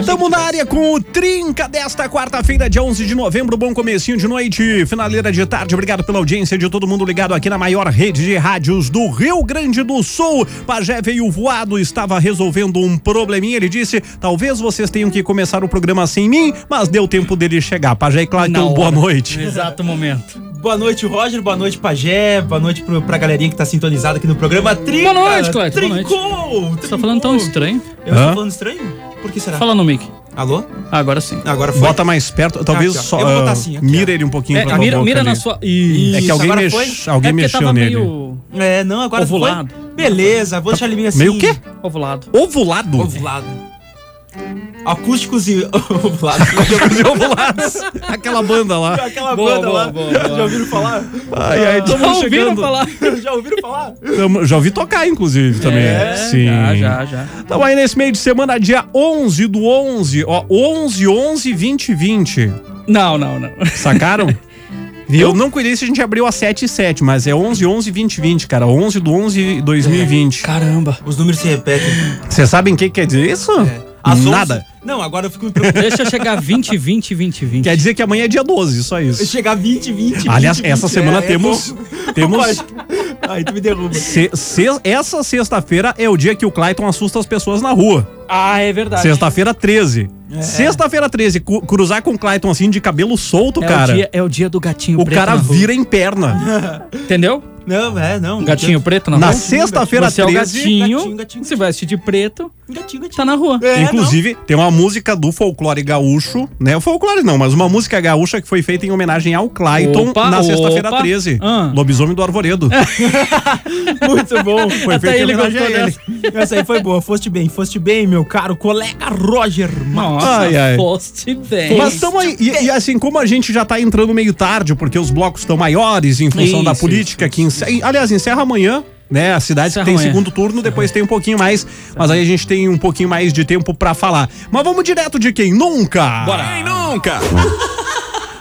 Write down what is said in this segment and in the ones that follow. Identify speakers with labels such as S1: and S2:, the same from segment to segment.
S1: Estamos na área com o Trinca desta quarta-feira, dia 11 de novembro. Bom comecinho de noite, finaleira de tarde. Obrigado pela audiência de todo mundo ligado aqui na maior rede de rádios do Rio Grande do Sul. Pajé veio voado, estava resolvendo um probleminha. Ele disse, talvez vocês tenham que começar o programa sem mim, mas deu tempo dele chegar. Pajé e Clayton, boa noite.
S2: No exato momento. Boa noite, Roger. Boa noite, Pajé. Boa noite pro, pra galerinha que tá sintonizada aqui no programa Trinca.
S3: Boa noite, Clayton. Boa noite.
S2: Trincou!
S3: Você tá falando tão
S2: Trincou!
S3: estranho?
S2: Eu
S1: Hã?
S2: tô falando estranho? Por que será?
S3: Fala no mic. Ah,
S2: Alô?
S3: Agora sim.
S1: Ah,
S2: Agora foi.
S1: Bota mais perto, talvez
S2: Aqui, ó.
S1: só.
S2: Eu vou botar
S1: ah,
S2: assim, aqui,
S1: mira
S2: ó.
S1: ele um pouquinho
S3: É,
S1: pra tua
S3: mira,
S1: boca
S3: mira
S1: ali.
S3: na sua. Ih.
S1: É que
S2: Isso,
S1: alguém,
S2: agora
S1: mex-
S2: foi?
S1: alguém
S3: é porque
S1: mexeu
S3: tava
S1: nele.
S3: meio
S2: É, não, agora
S3: Ovulado. Tá
S2: foi. Beleza, vou deixar ele vir assim.
S1: Meio o quê?
S3: ovulado.
S1: Ovulado?
S2: Ovulado. Acústicos e ovulado.
S1: De ovulados. Aquela banda lá.
S2: Aquela
S3: Boa,
S2: banda
S3: boa,
S2: lá.
S3: boa, boa.
S2: Já ouviram falar?
S1: Ai, ai, tamo
S3: Já ouviram
S1: chegando.
S3: falar?
S2: Já ouviram falar?
S1: Tamo- já ouvi tocar, inclusive, também. é, Sim.
S3: É, Já, já, já.
S1: Tamo aí nesse meio de semana, dia 11 do 11. Ó, 11, 11, 20, 20.
S3: Não, não, não.
S1: Sacaram? Eu não cuidei se a gente abriu a 7 e 7, mas é 11, 11, 20, 20, cara. 11 do 11, 2020.
S3: É, Caramba.
S2: Os números se repetem.
S1: Vocês sabem o que quer dizer isso?
S2: As É. onze-
S1: Nada.
S2: Não, agora eu fico me preocupando.
S3: Deixa eu chegar 20, 20, 20, 20.
S1: Quer dizer que amanhã é dia 12, só isso.
S2: Chegar 20, 20,
S1: Aliás,
S2: 20,
S1: essa
S2: 20,
S1: semana
S2: é, é
S1: temos.
S2: bom.
S1: temos
S2: Aí tu me derruba.
S1: se- se- essa sexta-feira é o dia que o Clayton assusta as pessoas na rua.
S3: Ah, é verdade.
S1: Sexta-feira 13.
S3: É.
S1: Sexta-feira 13, cu- cruzar com o Clayton assim de cabelo solto,
S3: é
S1: cara.
S3: O dia, é o dia do gatinho
S1: O
S3: preto.
S1: cara
S3: na rua.
S1: vira em perna.
S3: Entendeu? Um
S2: Não, é, não.
S3: Gatinho preto na
S1: Na
S3: rua.
S1: sexta-feira
S3: Você é o
S1: 13.
S3: gatinho,
S2: gatinho, gatinho.
S3: se veste de preto,
S2: Gatinho, gatinho.
S3: tá na rua.
S2: É,
S1: Inclusive, tem uma música do folclore gaúcho, né? O folclore não, mas uma música gaúcha que foi feita em homenagem ao Clayton
S3: Opa,
S1: na sexta-feira
S3: opa.
S1: 13.
S3: Ah.
S1: Lobisomem do Arvoredo.
S2: não. Muito bom.
S1: Foi feita em
S3: ele
S1: homenagem a
S3: gostou
S1: ele.
S3: dessa.
S2: Essa aí foi boa. Foste bem, foste bem, meu caro colega Roger.
S3: Nossa,
S1: Ai, ai.
S3: foste bem.
S1: Mas estamos aí. E, e assim, como a gente já tá entrando meio tarde, porque os blocos estão maiores em função da
S3: Isso,
S1: política que encerra. Aliás, encerra amanhã. Né, a cidade que
S3: Encerra
S1: tem
S3: amanhã. É.
S1: segundo turno, depois tem um pouquinho mais, mas aí a gente tem um pouquinho mais de tempo pra falar. Mas vamos direto de quem nunca.
S4: Bora. Quem nunca?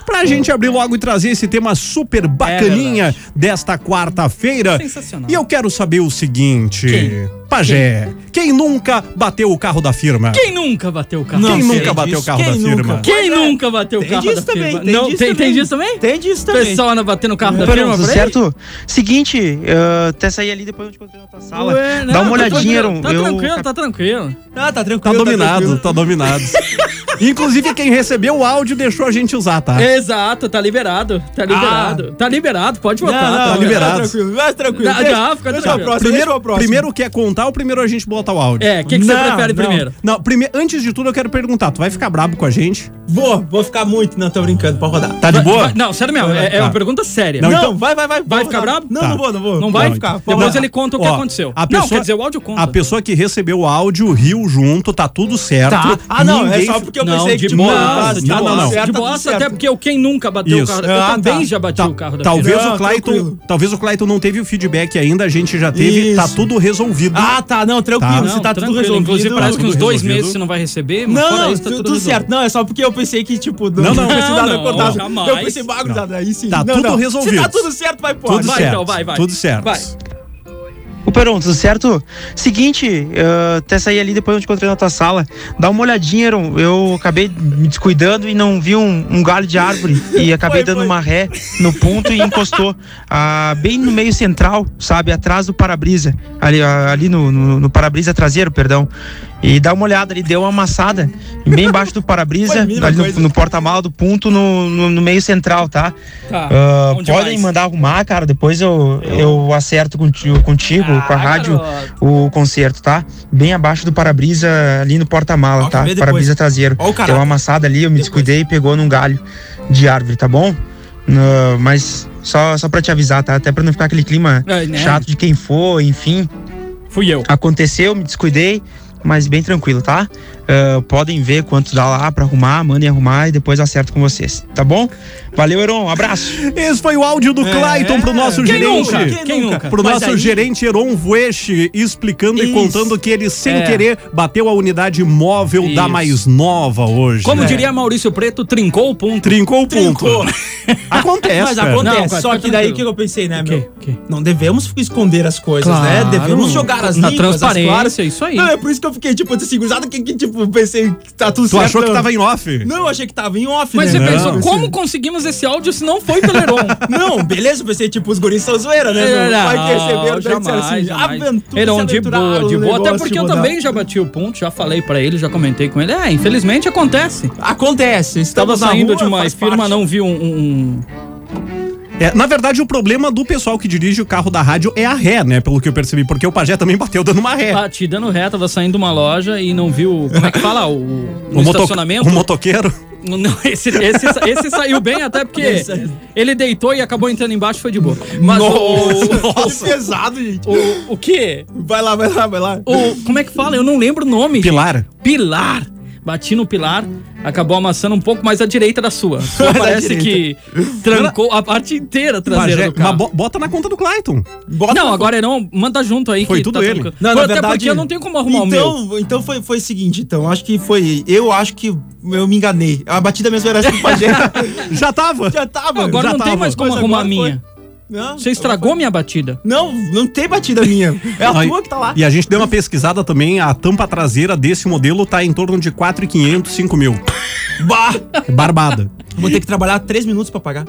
S1: Pra gente abrir logo e trazer esse tema super bacaninha
S3: É verdade.
S1: desta quarta-feira.
S3: Sensacional.
S1: E eu quero saber o seguinte,
S3: Quem?
S1: Pajé, quem nunca bateu o carro da firma?
S3: Quem nunca bateu o carro?
S1: Quem
S2: Não sei
S1: nunca bateu o
S2: disso.
S1: carro
S2: Quem
S1: da
S2: nunca?
S1: firma?
S3: Quem
S2: Pois é.
S3: nunca bateu o
S2: Tem
S3: carro
S2: disso
S3: da firma?
S2: também, tem
S3: não,
S2: disso
S3: tem, tem
S2: também.
S3: disso também?
S2: Tem disso
S3: O
S2: também.
S3: pessoal anda batendo o carro da
S5: Pronto,
S3: firma por aí?
S5: certo? Seguinte, eh, até sair ali depois eu te encontrei na tua sala.
S3: Ué, não,
S5: Dá uma
S3: tá
S5: olhadinha.
S3: tranquilo, Tá
S5: eu-
S3: tranquilo, tá tranquilo.
S2: Ah, tá
S1: Tá
S2: tranquilo.
S1: dominado,
S2: tranquilo.
S1: tá dominado. Inclusive, quem recebeu o áudio deixou a gente usar,
S2: Ah.
S1: tá?
S3: Exato, tá liberado, tá liberado. Tá liberado, pode
S2: Não,
S3: botar.
S2: não,
S3: tá
S2: não,
S3: liberado.
S1: liberado.
S2: tranquilo, mas tranquilo.
S3: Não,
S2: Deixa-
S3: não, fica
S2: deixa
S3: tranquilo.
S2: a próxima,
S1: Primeiro,
S2: deixa a próxima.
S1: primeiro quer contar ou primeiro a gente bota o áudio?
S3: É, o que, que você
S2: Não,
S3: prefere
S2: não.
S3: primeiro?
S1: Não, prime... antes de tudo eu quero perguntar, tu vai ficar brabo com a gente?
S2: Vou, vou ficar muito. Não, tô brincando, pode rodar.
S1: Tá de
S3: Vai-
S1: boa?
S3: vai- não, sério mesmo, é, é
S1: Tá.
S3: uma pergunta séria.
S1: Não,
S2: Não,
S1: então-
S2: vai, vai, vai.
S3: Vai
S2: vou
S3: ficar
S2: rodar.
S3: bravo?
S2: Não,
S1: Tá.
S2: não vou, não vou.
S3: Não vai?
S1: Não, então.
S2: ficar. pode
S3: Depois
S2: rodar.
S3: ele conta o que
S1: Ó,
S3: aconteceu.
S1: a
S3: Não,
S1: pessoa-
S3: quer dizer, o áudio conta.
S1: A pessoa que recebeu o áudio riu junto, tá tudo certo.
S2: Tá. Ah, não, é
S1: Ninguém-
S2: só porque eu
S3: não,
S2: pensei
S3: de
S2: que
S3: boa,
S1: boa,
S3: de
S1: não,
S3: boa,
S1: não, não.
S3: de
S2: certo,
S3: boa,
S2: tudo então, certo.
S3: até porque eu, quem nunca bateu
S1: Isso.
S3: tá o carro da
S2: Ah,
S3: Eu também
S2: tá.
S3: já bati
S1: Tá,
S3: o carro da
S1: talvez
S2: Não,
S1: o Clayton,
S2: tranquilo.
S1: talvez o Clayton não teve o feedback ainda, a gente já teve,
S2: Isso.
S1: tá tudo resolvido.
S2: Ah, tá, não,
S1: Tá.
S2: tranquilo,
S3: Não,
S2: se tá tudo
S3: tranquilo,
S2: resolvido.
S3: Inclusive, parece que
S1: tudo
S3: uns dois
S1: resolvido.
S3: meses você não vai receber, mas
S2: Não,
S3: fora
S2: não,
S3: isso, tá
S2: tudo,
S3: tudo,
S2: tudo
S3: resolvido.
S2: certo. Não, é só porque eu pensei que, tipo,
S1: Não, não.
S2: tinha sido nada
S3: Não,
S2: acordado.
S3: jamais.
S2: Eu pensei, bagulho, nada, aí sim.
S1: Tá
S2: Não,
S1: tudo
S2: não.
S1: resolvido.
S2: Se tá tudo certo, vai pro
S1: tudo
S2: ar.
S3: vai,
S1: certo.
S3: então, vai, vai.
S1: Tudo certo.
S3: Vai.
S5: Ô, Perão, tudo certo? Seguinte, eh, até sair ali depois eu te encontrei na tua sala. Dá uma olhadinha, Heron. Eu acabei me descuidando e não vi um, um galho de árvore. E acabei
S2: Foi,
S5: dando
S2: foi.
S5: uma ré no ponto e encostou. ah, bem no meio central, sabe? Atrás do para-brisa. Ali, ah, ali no, no- no para-brisa traseiro, perdão. E dá uma olhada ali, deu uma amassada. Bem embaixo do
S2: Foi a
S5: para-brisa,
S2: mínima
S5: ali
S2: coisa.
S5: no, no porta-mala do ponto, no, no- no meio central, tá?
S3: Tá,
S5: Ah,
S3: onde
S5: podem
S3: mais?
S5: mandar arrumar, cara. Depois eu, eu... acerto contigo, contigo
S3: Ah,
S5: com a rádio,
S3: garoto.
S5: o concerto, tá? Bem abaixo do para-brisa, ali no porta-mala,
S2: Ó,
S5: tá?
S2: vê depois.
S5: Para-brisa traseiro.
S2: Ó o cara.
S5: Deu uma amassada ali, eu me descuidei e pegou num galho de árvore, tá bom? Ah, mas só, só pra te avisar, tá? Até pra não ficar aquele clima
S2: Ah,
S3: É, né?
S5: chato de quem for, enfim.
S3: Fui eu.
S5: Aconteceu, me descuidei, mas bem tranquilo, tá? ah, podem ver quanto dá lá pra arrumar, mandem arrumar e depois acerto com vocês, tá bom? Valeu, Heron, um abraço.
S1: Esse foi o áudio do Clayton pro nosso
S2: É. Quem
S1: gerente.
S2: nunca? Quem nunca?
S1: Pro
S2: Mas
S1: nosso
S2: aí-
S1: gerente Heron Vueche, explicando e
S2: Isso.
S1: contando que ele, sem
S3: É.
S1: querer, bateu a unidade móvel da
S3: Isso.
S1: mais nova hoje.
S3: Como
S1: né?
S3: diria Maurício Preto, trincou o ponto.
S1: Trincou o ponto.
S2: Trincou.
S1: Acontece.
S2: Mas
S1: cara.
S2: acontece,
S3: Não, é cara,
S2: só
S3: fica
S2: que daí
S3: tranquilo.
S2: que eu pensei, né,
S3: O quê?
S2: meu?
S3: O quê?
S2: Não devemos esconder as coisas,
S3: Claro.
S2: né? Devemos jogar as
S3: Na
S2: limpas, as
S3: transparência,
S2: claras.
S3: isso aí.
S2: Não, é por isso que eu fiquei, tipo, assim, gurizada, que, que, tipo, pensei que tá tudo
S1: Tu
S2: certo.
S1: achou que tava em off?
S2: Não, eu achei que tava em off,
S3: Mas
S2: né?
S3: você
S2: Não.
S3: pensou,
S1: Não.
S3: como conseguimos esse áudio se não foi pelo Heron?
S2: Não, beleza, eu pensei, tipo, os guris são zoeira, né?
S3: É,
S2: meu? Vai
S3: não,
S2: perceber, daí disseram
S3: jamais, jamais.
S2: aventura.
S3: Ele é um
S2: se
S3: de
S2: aventurar
S3: boa,
S2: no
S3: de boa. Até
S2: negócio, tipo,
S3: porque eu
S2: rodar.
S3: também já bati o ponto, já falei pra ele, já comentei com ele. É, infelizmente acontece.
S2: Acontece,
S3: Tava
S2: estamos na
S3: saindo
S2: rua,
S3: de uma
S2: faz
S3: firma,
S2: parte.
S3: não vi um- um- um
S1: É, na verdade, o problema do pessoal que dirige o carro da rádio é a ré, né? Pelo que eu percebi, porque o Pajé também bateu dando uma
S2: É.
S1: ré.
S3: batida no ré, tava saindo de uma loja e não viu. Como é que fala? O, o
S1: moto-
S3: estacionamento?
S1: o motoqueiro.
S3: Não, esse, esse, esse saiu bem, até porque
S2: Esse-
S3: ele deitou e acabou entrando embaixo foi de boa. Mas o,
S2: Nossa, que pesado, gente.
S3: o. O quê?
S2: Vai lá, vai lá, vai lá.
S3: O, como é que fala? Eu não lembro o nome. gente.
S1: Pilar.
S3: Pilar. Bati no pilar, acabou amassando um pouco mais à direita da sua. A sua parece que trancou a parte inteira traseira
S1: Pajé,
S3: do carro.
S1: mas bo- bota na conta do Clayton.
S2: é Bota
S3: não,
S2: no-
S3: agora é não, manda junto aí
S1: Foi
S3: que
S1: tudo
S3: tá
S1: ele.
S3: tranquilo.
S2: Não, na
S3: até
S2: verdade-
S3: porque eu não tenho como arrumar o meu.
S2: então, Então foi, foi o seguinte, então, acho que foi. Eu acho que eu me enganei. A batida mesmo era assim pra gente.
S1: Já tava.
S2: Já tava.
S3: Agora
S2: já
S3: não tem
S2: tava.
S3: mais como
S2: Mas
S3: arrumar a
S2: agora
S3: minha.
S2: foi. Não,
S3: Você estragou minha batida.
S2: Não, não tem batida minha. É a
S1: Ai,
S2: tua que tá lá.
S1: E a gente deu uma pesquisada também, a tampa traseira desse modelo tá em torno de 4,500, 5 mil.
S2: Bah!
S1: Barbada. Então,
S2: Vou ter que trabalhar três minutos pra pagar.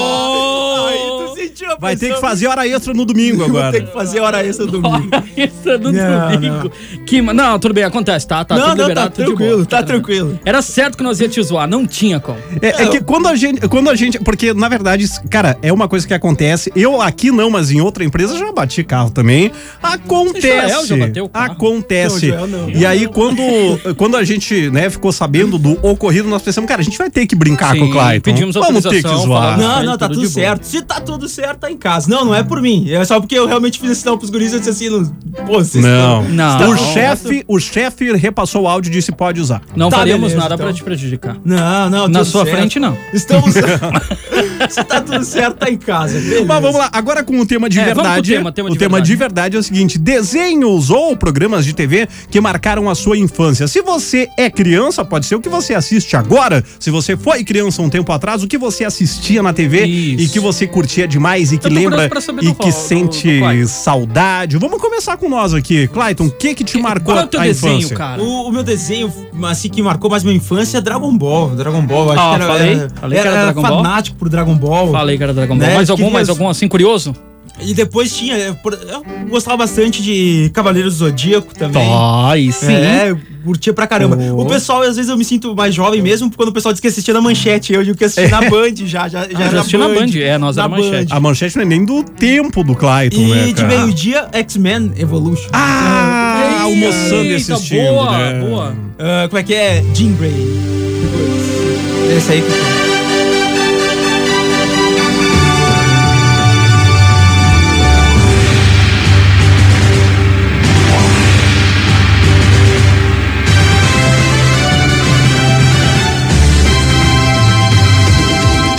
S3: Nossa!
S2: sentiu a
S1: Vai ter
S2: pressão.
S1: que fazer hora extra no domingo
S2: Vou ter
S1: agora.
S2: que fazer hora extra no domingo.
S3: Isso é do
S2: Não,
S3: domingo. Que, ma- não, tudo bem, acontece, tá? Tá
S2: Não,
S3: tudo
S2: não,
S3: liberado,
S2: tá
S3: tudo de
S2: tranquilo,
S3: boa.
S2: tá tranquilo.
S3: Era certo que nós ia te zoar, não tinha como.
S1: É, é que quando a gente. Quando a gente. Porque, na verdade, cara, é uma coisa que acontece. Eu aqui não, mas em outra empresa já bati carro também. Acontece.
S3: Joel já bateu o carro. é
S1: Acontece.
S2: Não, Joel não.
S1: É assim. E aí, quando, quando a gente né, ficou sabendo do ocorrido, nós pensamos, cara, a gente vai ter que brincar
S3: Sim,
S1: com o Clayton.
S3: pedimos
S1: Vamos ter que
S3: autorização,
S1: zoar.
S3: falamos-
S2: Não,
S3: aí
S2: não, tá
S3: tudo
S2: tudo
S3: de boa.
S2: certo. Se tá tudo certo, tá em casa. Não, não é por mim. É só porque eu realmente fiz esse sinal pros guris e disse assim, não- pô, vocês
S1: Não.
S2: estão-
S3: Não.
S1: O
S3: Não.
S1: chefe, o chefe repassou o áudio e disse pode usar.
S3: Não
S2: Tá,
S3: faremos
S2: beleza,
S3: nada
S2: então.
S3: pra te prejudicar.
S2: Não, não,
S3: Na
S2: tudo
S3: sua
S2: certo.
S3: frente, não.
S2: Estamos. Se tá tudo certo, tá em casa. Beleza.
S1: Mas vamos lá, agora com o tema de
S3: É, vamos pro
S1: verdade.
S3: tema, tema
S1: o
S3: de
S1: tema
S3: verdade.
S1: de verdade é o seguinte: desenhos ou programas de TV que marcaram a sua infância. Se você é criança, pode ser o que você assiste agora. Se você foi criança um tempo atrás, o que você assistia na TV
S3: Isso.
S1: e que você curtia demais e que
S3: tô
S1: lembra
S3: curioso pra saber
S1: e
S3: do
S1: que
S3: Ro- do- do
S1: sente
S3: Clayton.
S1: saudade. Vamos começar com nós aqui. Clayton, o que que te marcou
S3: Qual é o teu
S1: a
S3: desenho,
S1: infância?
S3: cara?
S2: O, o meu desenho, assim, que marcou mais minha infância é Dragon Ball. Dragon Ball, eu acho
S3: Ah,
S2: que era,
S3: falei,
S2: era,
S3: falei que
S2: era
S3: era Dragon Ball.
S2: fanático por Dragon Ball.
S3: Falei que era Dragon Ball.
S2: Né,
S3: Mais algum,
S2: queria-
S3: mais algum assim, curioso?
S2: E depois tinha. Eu por- eu gostava bastante de Cavaleiros do Zodíaco também.
S3: Ai, sim.
S2: É, eu curtia pra caramba.
S1: Oh.
S2: O pessoal, às vezes, eu me sinto mais jovem mesmo quando o pessoal diz que assistia na manchete. Eu digo que assistia na Band já. Já, já,
S3: É. Ah, já
S2: era
S3: assistia na Band, é, nós era manchete.
S1: A manchete não é nem do tempo do Clayton,
S2: E
S3: é,
S1: né?
S2: de
S1: cara?
S2: meio-dia, X-Men Evolution.
S1: Ah,
S3: Eita,
S1: almoçando e assistindo.
S3: Boa,
S1: né?
S3: boa.
S2: Ah, como é que é? Jean Grey. Depois. Esse aí que eu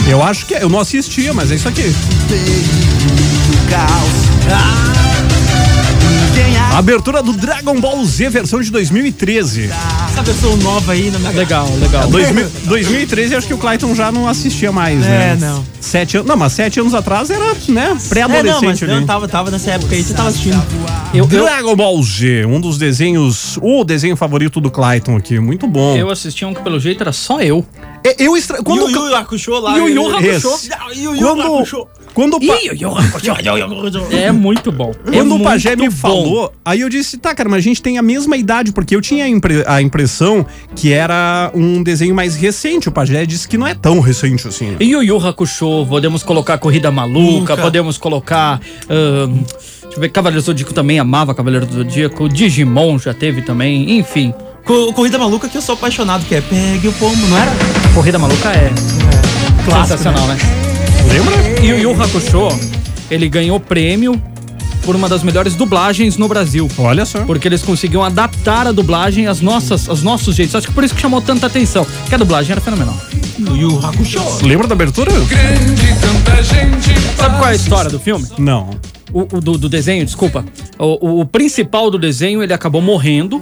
S1: Eu acho que eu não assistia, mas é isso aqui. Abertura do Dragon Ball Z versão de 2013.
S2: Essa versão nova aí na minha
S3: Legal, legal.
S1: Dois mil- 2013 acho que o Clayton já não assistia mais, né?
S2: É, não.
S1: Sete anos. Não, mas sete anos atrás era, né?
S2: É, não, mas
S1: Pré-adolescente ali.
S3: né?
S2: eu tava, tava nessa época aí, você tava assistindo.
S3: Eu, eu,
S1: Dragon Ball Z, um dos desenhos, o desenho favorito do Clayton aqui, muito bom.
S3: eu assisti um que pelo jeito era só eu.
S1: E- eu estra-
S2: Quando
S1: quando
S2: o Yu Yu Hakusho lá.
S3: Yu Yu
S2: ele-
S3: Hakusho.
S1: Esse.
S2: Não, Yu Yu
S1: quando
S2: Hakusho.
S1: quando o pa-
S3: É muito bom. é
S1: Quando o Pajé
S3: muito
S1: me
S3: bom.
S1: falou, aí eu disse, tá, cara, mas a gente tem a mesma idade, porque eu tinha a, impre- a impressão que era um desenho mais recente. O Pajé disse que não é tão recente assim.
S3: E Yu Yu Hakusho, podemos colocar Corrida Maluca,
S2: Nunca.
S3: podemos colocar. ahn, deixa eu ver, Cavaleiro do Zodíaco também amava Cavaleiro do Zodíaco, Digimon já teve também, enfim.
S2: Co- Corrida maluca que eu sou apaixonado, que é pegue o pombo, não era?
S3: Corrida Maluca é,
S2: Clássico,
S3: sensacional, né?
S1: Lembra?
S3: E o Yu Hakusho, ele ganhou prêmio por uma das melhores dublagens no Brasil.
S1: Olha só.
S3: Porque eles conseguiam adaptar a dublagem às nossas, aos nossos jeitos. Acho que por isso que chamou tanta atenção. Que a dublagem era fenomenal.
S2: E o Hakusho.
S1: Lembra da abertura?
S3: Sabe qual é a história do filme?
S1: Não.
S3: O, o do, do desenho, desculpa. O, o- o principal do desenho, ele acabou morrendo,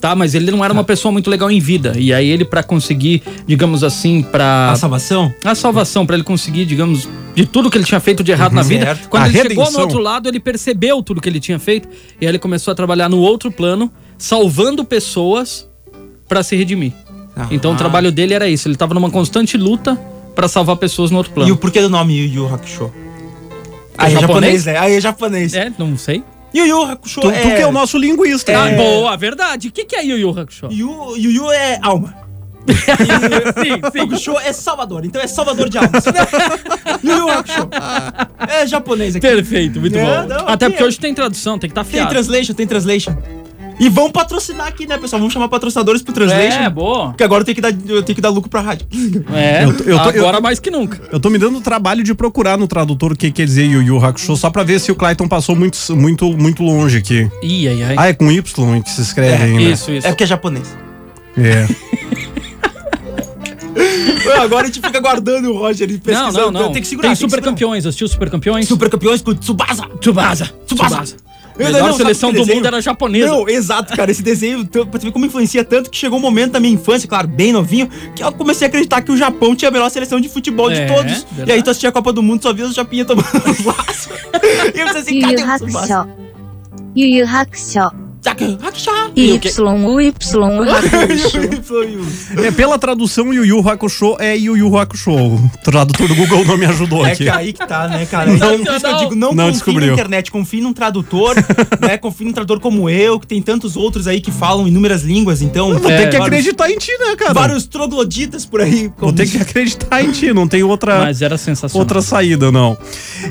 S3: tá? Mas ele não era uma pessoa muito legal em vida. E aí ele, pra conseguir, digamos assim, pra...
S2: A salvação?
S3: a salvação pra ele conseguir, digamos, de tudo que ele tinha feito de errado na vida.
S2: Uhum. Certo.
S3: Quando
S1: A
S3: ele chegou no
S1: redenção.
S3: outro lado, ele percebeu tudo que ele tinha feito e aí ele começou a trabalhar no outro plano, salvando pessoas pra se redimir.
S2: Ah.
S3: Então o trabalho dele era isso, ele tava numa constante luta pra salvar pessoas no outro plano.
S2: E o porquê do nome Yu Yu Hakusho? Aí
S3: japonês?
S2: é japonês, né? Aí é japonês.
S3: É, não sei.
S2: Yu Yu Hakusho
S1: Tu, tu
S2: é...
S1: que é o nosso linguista.
S3: Ah,
S1: né?
S3: boa, verdade. O que, que é Yu Yu Hakusho?
S2: Yu Yu Yu é alma.
S3: sim, sim.
S2: Hakusho é salvador. Então é salvador de almas. Yu Yu Hakusho. É japonês aqui.
S3: Perfeito, muito
S2: Não,
S3: bom.
S2: não,
S3: Até
S2: aqui
S3: porque
S2: é-
S3: hoje tem tradução, tem que estar tá
S2: Tem
S3: fiado.
S2: translation, tem translation. E vão patrocinar aqui, né, pessoal? Vamos chamar patrocinadores pro translation.
S3: É, boa.
S2: Porque agora eu tenho que dar, eu tenho que dar lucro pra rádio.
S3: É,
S1: Eu tô- eu tô- eu-
S3: agora mais que nunca.
S1: Eu tô me dando o trabalho de procurar no tradutor o que quer dizer Yu Yu Hakusho, só pra ver se o Clayton passou muito, muito, muito longe aqui.
S3: Ih, ai, ai.
S1: Ah, é com Y que se escreve ainda.
S3: isso, isso.
S2: É porque é japonês.
S1: É.
S2: Agora a gente fica guardando o Roger e
S3: Não,
S2: pesquisando.
S3: não, não.
S2: Tem que segurar.
S3: Tem
S2: que
S3: super
S2: segurar.
S3: campeões, assistiu super campeões?
S2: Super campeões com Tsubasa.
S3: Tsubasa.
S2: Tsubasa.
S3: A melhor seleção do mundo era japonesa.
S2: Não, exato, cara. Esse desenho, t- pra tu ver como influencia tanto, que chegou um momento da minha infância, claro, bem novinho, que eu comecei a acreditar que o Japão tinha a melhor seleção de futebol de
S3: É,
S2: todos.
S3: verdade.
S2: E aí tu assistia a Copa do Mundo, só via os Japinha tomando os laços. E eu pensei assim,
S6: ゆゆ
S2: cadê o
S6: 白
S2: Tsubasa?
S6: 書。ゆゆ白書。
S2: Hakusha.
S3: E o
S6: Y
S3: que-
S6: Y 白書。
S1: É, pela tradução, Yu Yu Hakusho é Yu Yu Hakusho. O tradutor do Google não me ajudou
S2: É
S1: aqui.
S2: que aí que tá, né, cara? Então, por isso que eu digo, não,
S1: Não
S2: confie
S1: descobriu.
S2: na internet, confie num tradutor, né? Confie num tradutor como eu, que tem tantos outros aí que falam inúmeras línguas, então...
S1: Vou ter
S3: É,
S1: que
S3: vários-
S1: acreditar em ti, né, cara?
S2: Vários trogloditas por aí.
S1: Vou ter que acreditar em ti, não tem outra...
S3: Mas assim, era sensacional.
S1: Outra saída, não.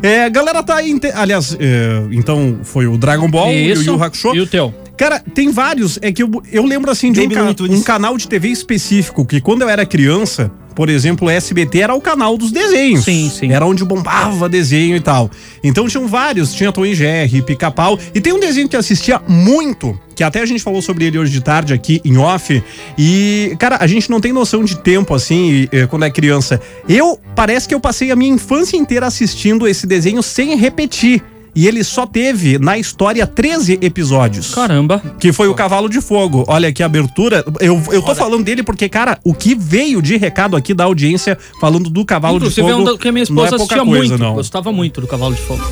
S1: É, galera tá aí. inte- Aliás, é, então foi o Dragon Ball e o
S3: Isso.
S1: Yu Yu Hakusho.
S3: E o teu?
S1: Cara, tem vários. É que eu, eu lembro assim de um,
S2: Baby
S1: ca-
S2: Looney Tunes.
S1: um canal de TV específico que quando eu era criança, por exemplo, o SBT era o canal dos desenhos.
S3: Sim, sim.
S1: Era onde bombava desenho e tal. Então tinham vários. Tinha Tom e Jerry, Pica-Pau. E tem um desenho que eu assistia muito, que até a gente falou sobre ele hoje de tarde aqui em off. E, cara, a gente não tem noção de tempo assim e, eh, quando é criança. Eu, parece que eu passei a minha infância inteira assistindo esse desenho sem repetir. E ele só teve, na história, 13 episódios.
S3: Caramba.
S1: Que foi o Cavalo de Fogo. Olha que abertura. Eu, eu tô falando dele porque, cara, o que veio de recado aqui da audiência falando do Cavalo de
S3: Inclusive, é
S1: Fogo.
S3: um da- que a minha
S1: não
S3: esposa
S1: é pouca
S3: assistia
S1: coisa,
S3: muito.
S1: não.
S3: Gostava muito do Cavalo de Fogo.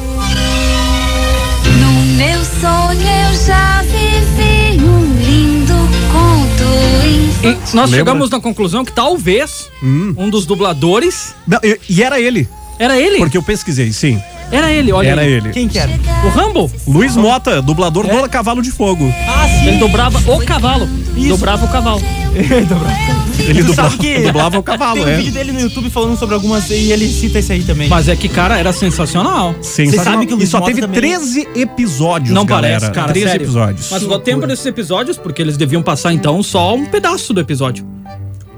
S7: No meu sonho eu já vivi um lindo conto
S3: E
S7: infantil.
S3: nós
S1: Lembra? Hum.
S3: chegamos na conclusão que talvez um dos dubladores
S1: Não, e, e era ele,
S3: era ele.
S1: porque eu pesquisei, sim.
S3: Era ele, olha.
S1: Era
S3: aí. É.
S1: ele.
S2: Quem que era?
S3: O Rambo?
S1: Luiz Mota, dublador do Cavalo de Fogo.
S2: Ah, sim.
S3: Ele dobrava o cavalo. Dobrava o cavalo.
S1: Ele
S2: Tu
S1: dubla-
S2: sabe que-
S1: dublava o cavalo,
S2: Tem um
S1: é.
S2: vídeo dele no YouTube falando sobre algumas e ele cita isso aí também.
S3: Mas é que, cara, era sensacional.
S1: Sensacional.
S2: sabe que o
S1: e
S2: Luiz
S1: só
S2: Mota
S1: teve
S2: também-
S1: 13 episódios,
S3: Não
S1: galera.
S3: parece, cara.
S1: 13
S3: sério.
S1: episódios.
S3: Mas o tempo desses episódios, porque eles deviam passar então só um pedaço do episódio.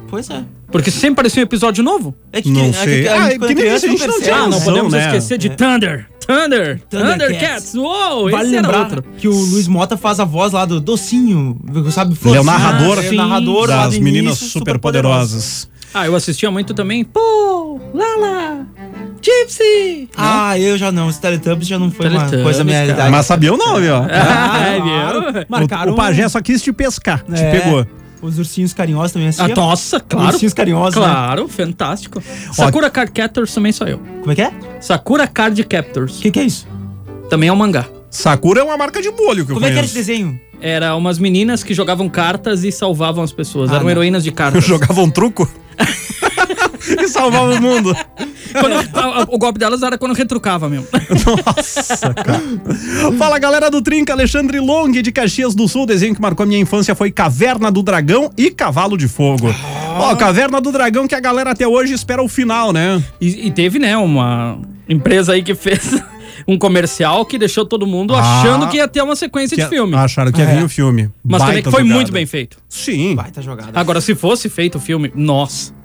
S2: Pois é.
S3: Porque sempre parecia um episódio novo.
S2: É que,
S1: Não
S2: é
S1: sei.
S2: que, é que
S1: Ah,
S2: quando
S1: que nem
S2: criança
S1: a gente não
S2: percebe.
S1: tinha
S3: Ah, não
S1: noção,
S3: podemos
S1: né?
S3: esquecer de
S2: É.
S3: Thunder. Thunder. Thundercats.
S2: Thundercats.
S3: Uou,
S2: Vale
S3: esse era
S2: lembrar
S3: outro.
S2: que o Luiz Mota faz a voz lá do Docinho, sabe?
S1: Ele é o
S2: Florzinha,
S1: narrador,
S2: é o narrador lá do
S1: das
S2: início,
S1: meninas
S3: é
S2: Superpoderosas.
S1: superpoderosas.
S3: Ah, eu assistia muito também. Pô, Lala, Gypsy.
S2: Ah, eu já não. Os Teletubbies já não foi uma
S3: Teletubbies,
S2: coisa minha
S3: cara.
S2: idade.
S1: Mas sabia o nome, ó.
S3: Ah, é, um-
S2: claro.
S3: viu?
S2: Marcaram
S1: O, o pajé só quis te pescar, te
S2: É.
S1: pegou.
S2: Os ursinhos carinhosos também assim.
S3: Ah, nossa, claro.
S2: Ursinhos carinhosos, né?
S3: Claro, fantástico. Sakura Card Captors também sou eu.
S2: Como é que é?
S3: Sakura Card Captors.
S2: O que, que é isso?
S3: Também é um mangá.
S1: Sakura é uma marca de bolho que eu
S2: Como é que era esse
S1: conheço.
S2: desenho?
S3: Era umas meninas que jogavam cartas e salvavam as pessoas.
S2: Ah,
S3: Eram
S2: não.
S3: heroínas de cartas.
S1: Jogavam um truco e salvava o mundo.
S3: Quando- a- a- o golpe delas era quando retrucava mesmo.
S1: Nossa, cara. Fala galera do Trinca, Alexandre Long de Caxias do Sul. O desenho que marcou a minha infância foi Caverna do Dragão e Cavalo de Fogo.
S2: Ah.
S1: Ó, Caverna do Dragão que a galera até hoje espera o final, né?
S3: E, e teve, né, uma empresa aí que fez um comercial que deixou todo mundo
S1: Ah.
S3: achando que ia ter uma sequência de
S1: Que é-
S3: filme.
S1: Acharam que ia
S2: É.
S1: vir o filme.
S3: Mas também
S1: Baita
S3: que foi
S1: jogada.
S3: muito bem feito.
S1: Sim.
S2: Baita jogada.
S3: Agora, se fosse feito o filme, nós.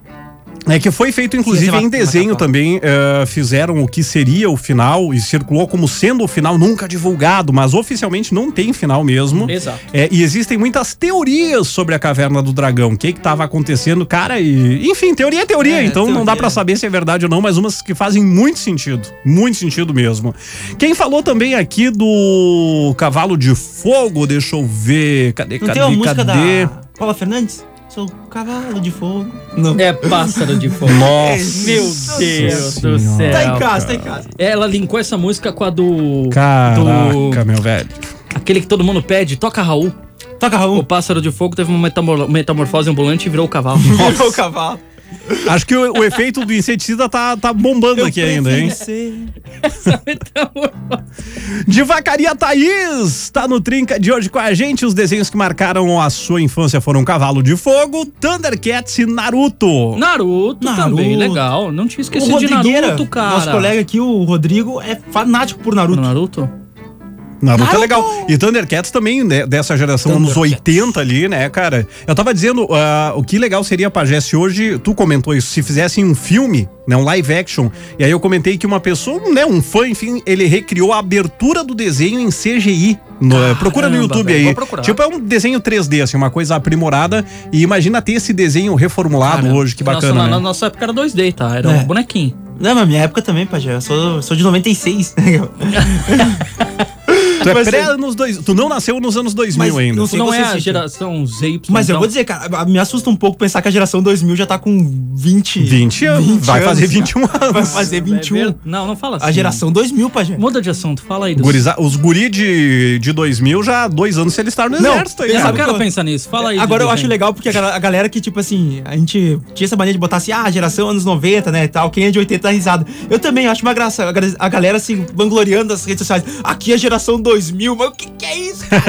S1: É que foi feito,
S2: Sim,
S1: inclusive,
S2: essa
S1: em
S2: mata-
S1: desenho
S2: mata-
S1: também. eh, fizeram o que seria o final e circulou como sendo o final, nunca divulgado, mas oficialmente não tem final mesmo.
S3: Exato.
S1: É, e existem muitas teorias sobre a Caverna do Dragão. O que que tava acontecendo, cara, e... Enfim, teoria é teoria,
S2: É,
S1: então não dá
S2: teoria.
S1: pra saber se é verdade ou não, mas umas que fazem muito sentido. Muito sentido mesmo. Quem falou também aqui do Cavalo de Fogo, deixa eu ver, cadê,
S2: Não
S1: cadê,
S2: tem uma música
S1: cadê?
S2: da Paula Fernandes? Sou um cavalo de fogo. Não.
S3: É pássaro de fogo.
S1: Nossa
S3: Meu Deus do céu.
S2: Tá em casa, tá em casa.
S3: Ela linkou essa música com a do.
S1: Caraca,
S3: do-
S1: meu velho.
S3: Aquele que todo mundo pede, toca Raul.
S2: Toca Raul.
S3: O pássaro de fogo teve uma metamor- metamorfose ambulante e virou o cavalo.
S2: Virou o cavalo.
S1: Acho que o, o efeito do inseticida tá, tá bombando aqui ainda, hein? Devacaria Thaís tá no Trinca de hoje com a gente. Os desenhos que marcaram a sua infância foram Cavalo de Fogo, Thundercats e Naruto.
S3: Naruto,
S2: Naruto.
S3: também, legal. Não tinha
S2: O
S3: esquecido de
S2: Rodrigueira,
S3: Naruto, cara.
S2: nosso colega aqui, o Rodrigo, é fanático por
S3: Por
S2: Naruto.
S3: Naruto?
S1: Naruto,
S2: Naruto!
S1: é legal. E Thundercats também, né, dessa geração, anos 80 ali, né, cara? Eu tava dizendo, ah, o que legal seria, Pajé, se hoje, tu comentou isso, se fizessem um filme, né, um live action, e aí eu comentei que uma pessoa, né, um fã, enfim, ele recriou a abertura do desenho em CGI. No- procura no
S3: Caramba,
S1: YouTube
S3: velho,
S1: aí.
S3: vou procurar.
S1: Tipo, é um desenho 3D, assim, uma coisa aprimorada. E imagina ter esse desenho reformulado
S3: Cara,
S1: hoje, que
S3: nossa,
S1: bacana,
S3: na, na
S1: né?
S3: nossa época era 2D, tá? Era
S2: É.
S3: um bonequinho.
S2: Não, mas minha época também, Pajé. Eu sou, sou de 96, né?
S1: Tu é
S2: Mas
S1: pré
S2: eu-
S1: anos dois, Tu não nasceu nos anos 2000
S2: Mas
S1: ainda.
S2: não
S3: Tu
S2: sei
S3: não
S2: você
S3: é a
S2: assiste.
S3: geração Z,
S2: Mas eu
S3: então.
S2: vou dizer, cara, a- me assusta um pouco pensar que a geração 2000 já tá com 20...
S1: 20 anos. vai fazer 21 anos.
S2: Vai fazer
S3: É
S2: 21.
S3: ver- Não, não fala assim.
S2: a geração 2000, Pajé.
S3: Muda de assunto, fala aí. Dos...
S1: Guriza- os guri de, de 2000 já há dois anos se eles estaram no
S2: Não,
S1: exército. aí, né?
S3: Eu
S2: pensa-
S3: não
S1: cara.
S2: sabe
S3: quero
S2: que eu-
S3: pensar nisso. Fala aí. do
S2: Agora eu acho
S3: desenho.
S2: legal porque a gal- a galera que, tipo assim, a gente tinha essa mania de botar assim, ah, geração anos 90, né, e tal, quem é de 80 dá risada. Eu também acho uma graça a gra- a galera se vangloriando das redes sociais. Aqui é a geração 2000, mas o que que é isso, cara?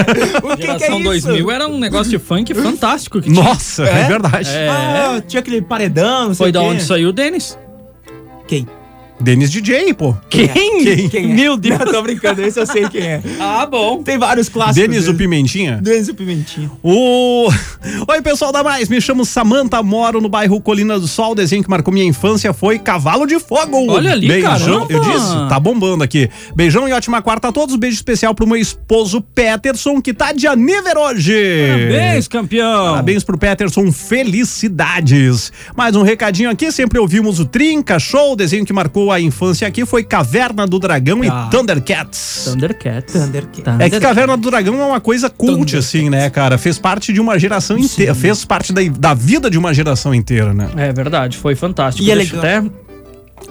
S2: O que que é
S3: Geração
S2: isso? Hum?
S3: 2000 era um negócio de funk fantástico que tinha.
S1: Nossa, é,
S2: É?
S1: verdade.
S3: É.
S2: Ah, tinha aquele paredão, não sei
S3: Foi
S2: o
S3: da
S2: quê.
S3: onde saiu o Denis.
S2: Quem?
S1: Denis DJ, pô.
S3: Quem?
S2: Quem é?
S3: Meu Deus.
S2: Não, tô brincando, esse eu sei quem é.
S3: Ah, bom.
S2: Tem vários clássicos.
S1: Denis o
S2: dele.
S1: Pimentinha?
S2: Denis o Pimentinha.
S1: O... Oi, pessoal da Mais, me chamo Samanta, moro no bairro Colina do Sol. O desenho que marcou minha infância foi Cavalo de Fogo.
S3: Olha ali,
S1: Beijão,
S3: caramba.
S1: eu disse, tá bombando aqui. Beijão e ótima quarta a todos. Beijo especial pro meu esposo Peterson, que tá de aniver hoje.
S3: Parabéns, campeão.
S1: Parabéns pro Peterson, felicidades. Mais um recadinho aqui, sempre ouvimos o Trinca Show, o desenho que marcou a infância aqui foi Caverna do Dragão
S3: Ah.
S1: e Thundercats.
S3: Thundercats.
S2: Thundercats.
S3: Thunder-
S1: É que Caverna do Dragão é uma coisa cult, assim, né, cara? Fez parte de uma geração inteira, fez parte da, da vida de uma geração inteira, né?
S3: É verdade, foi fantástico.
S2: E é
S3: Deixa eu até-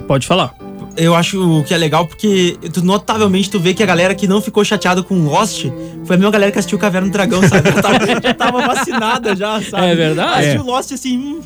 S3: Pode falar.
S2: Eu acho que é legal porque tu, notavelmente tu vê que a galera que não ficou chateada com Lost foi a mesma galera que assistiu Caverna do Dragão, sabe? Já tava, já tava vacinada já, sabe?
S3: É verdade.
S2: Assistiu Lost assim, hum,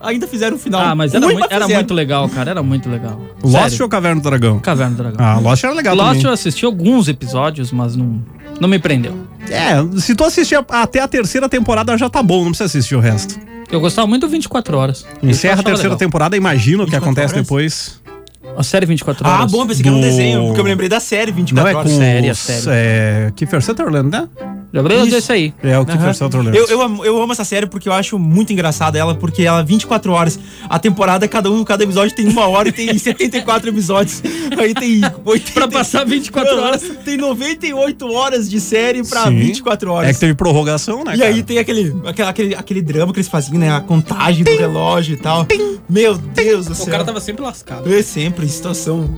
S2: ainda fizeram o final.
S3: Ah, mas era,
S2: um ruim,
S3: muito, era
S2: fizeram.
S3: muito legal, cara. Era muito legal.
S1: Lost
S3: Sério.
S1: ou Caverna do Dragão?
S3: Caverna do Dragão.
S1: Ah, Lost era legal
S3: Lost eu
S1: também.
S3: assisti alguns episódios, mas não, não me prendeu.
S1: É, se tu assistir a- até a terceira temporada já tá bom, não precisa assistir o resto.
S3: Eu gostava muito do 24 Horas.
S1: Encerra a
S3: Eu achava
S1: terceira
S3: legal.
S1: temporada, imagina o que
S2: 24
S1: acontece
S2: horas?
S1: depois.
S3: A série 24 Horas.
S2: Ah, bom, pensei que era um
S1: Do-
S2: desenho, porque eu me lembrei da série 24
S1: Não é com
S2: horas.
S3: Série,
S1: os,
S3: série.
S1: É, Kiefer Sutherland, né?
S3: Já beleza?
S2: Isso.
S3: É isso aí.
S1: É o Kiefer
S2: Aham.
S1: Sutherland.
S2: Eu, eu, amo, eu amo essa série porque eu acho muito engraçada ela, porque ela é 24 horas. A temporada, cada um, cada episódio tem uma hora e tem 74 episódios. Aí tem 80.
S3: Pra passar 24 horas.
S2: Tem 98 horas de série pra
S1: Sim.
S2: 24 horas.
S1: É que teve prorrogação, né,
S2: E
S1: cara?
S2: aí tem aquele, aquele, aquele, aquele drama que eles faziam, né? A contagem do relógio e tal. Meu Deus do céu.
S1: tá
S3: sempre lascado.
S2: É sempre em situação.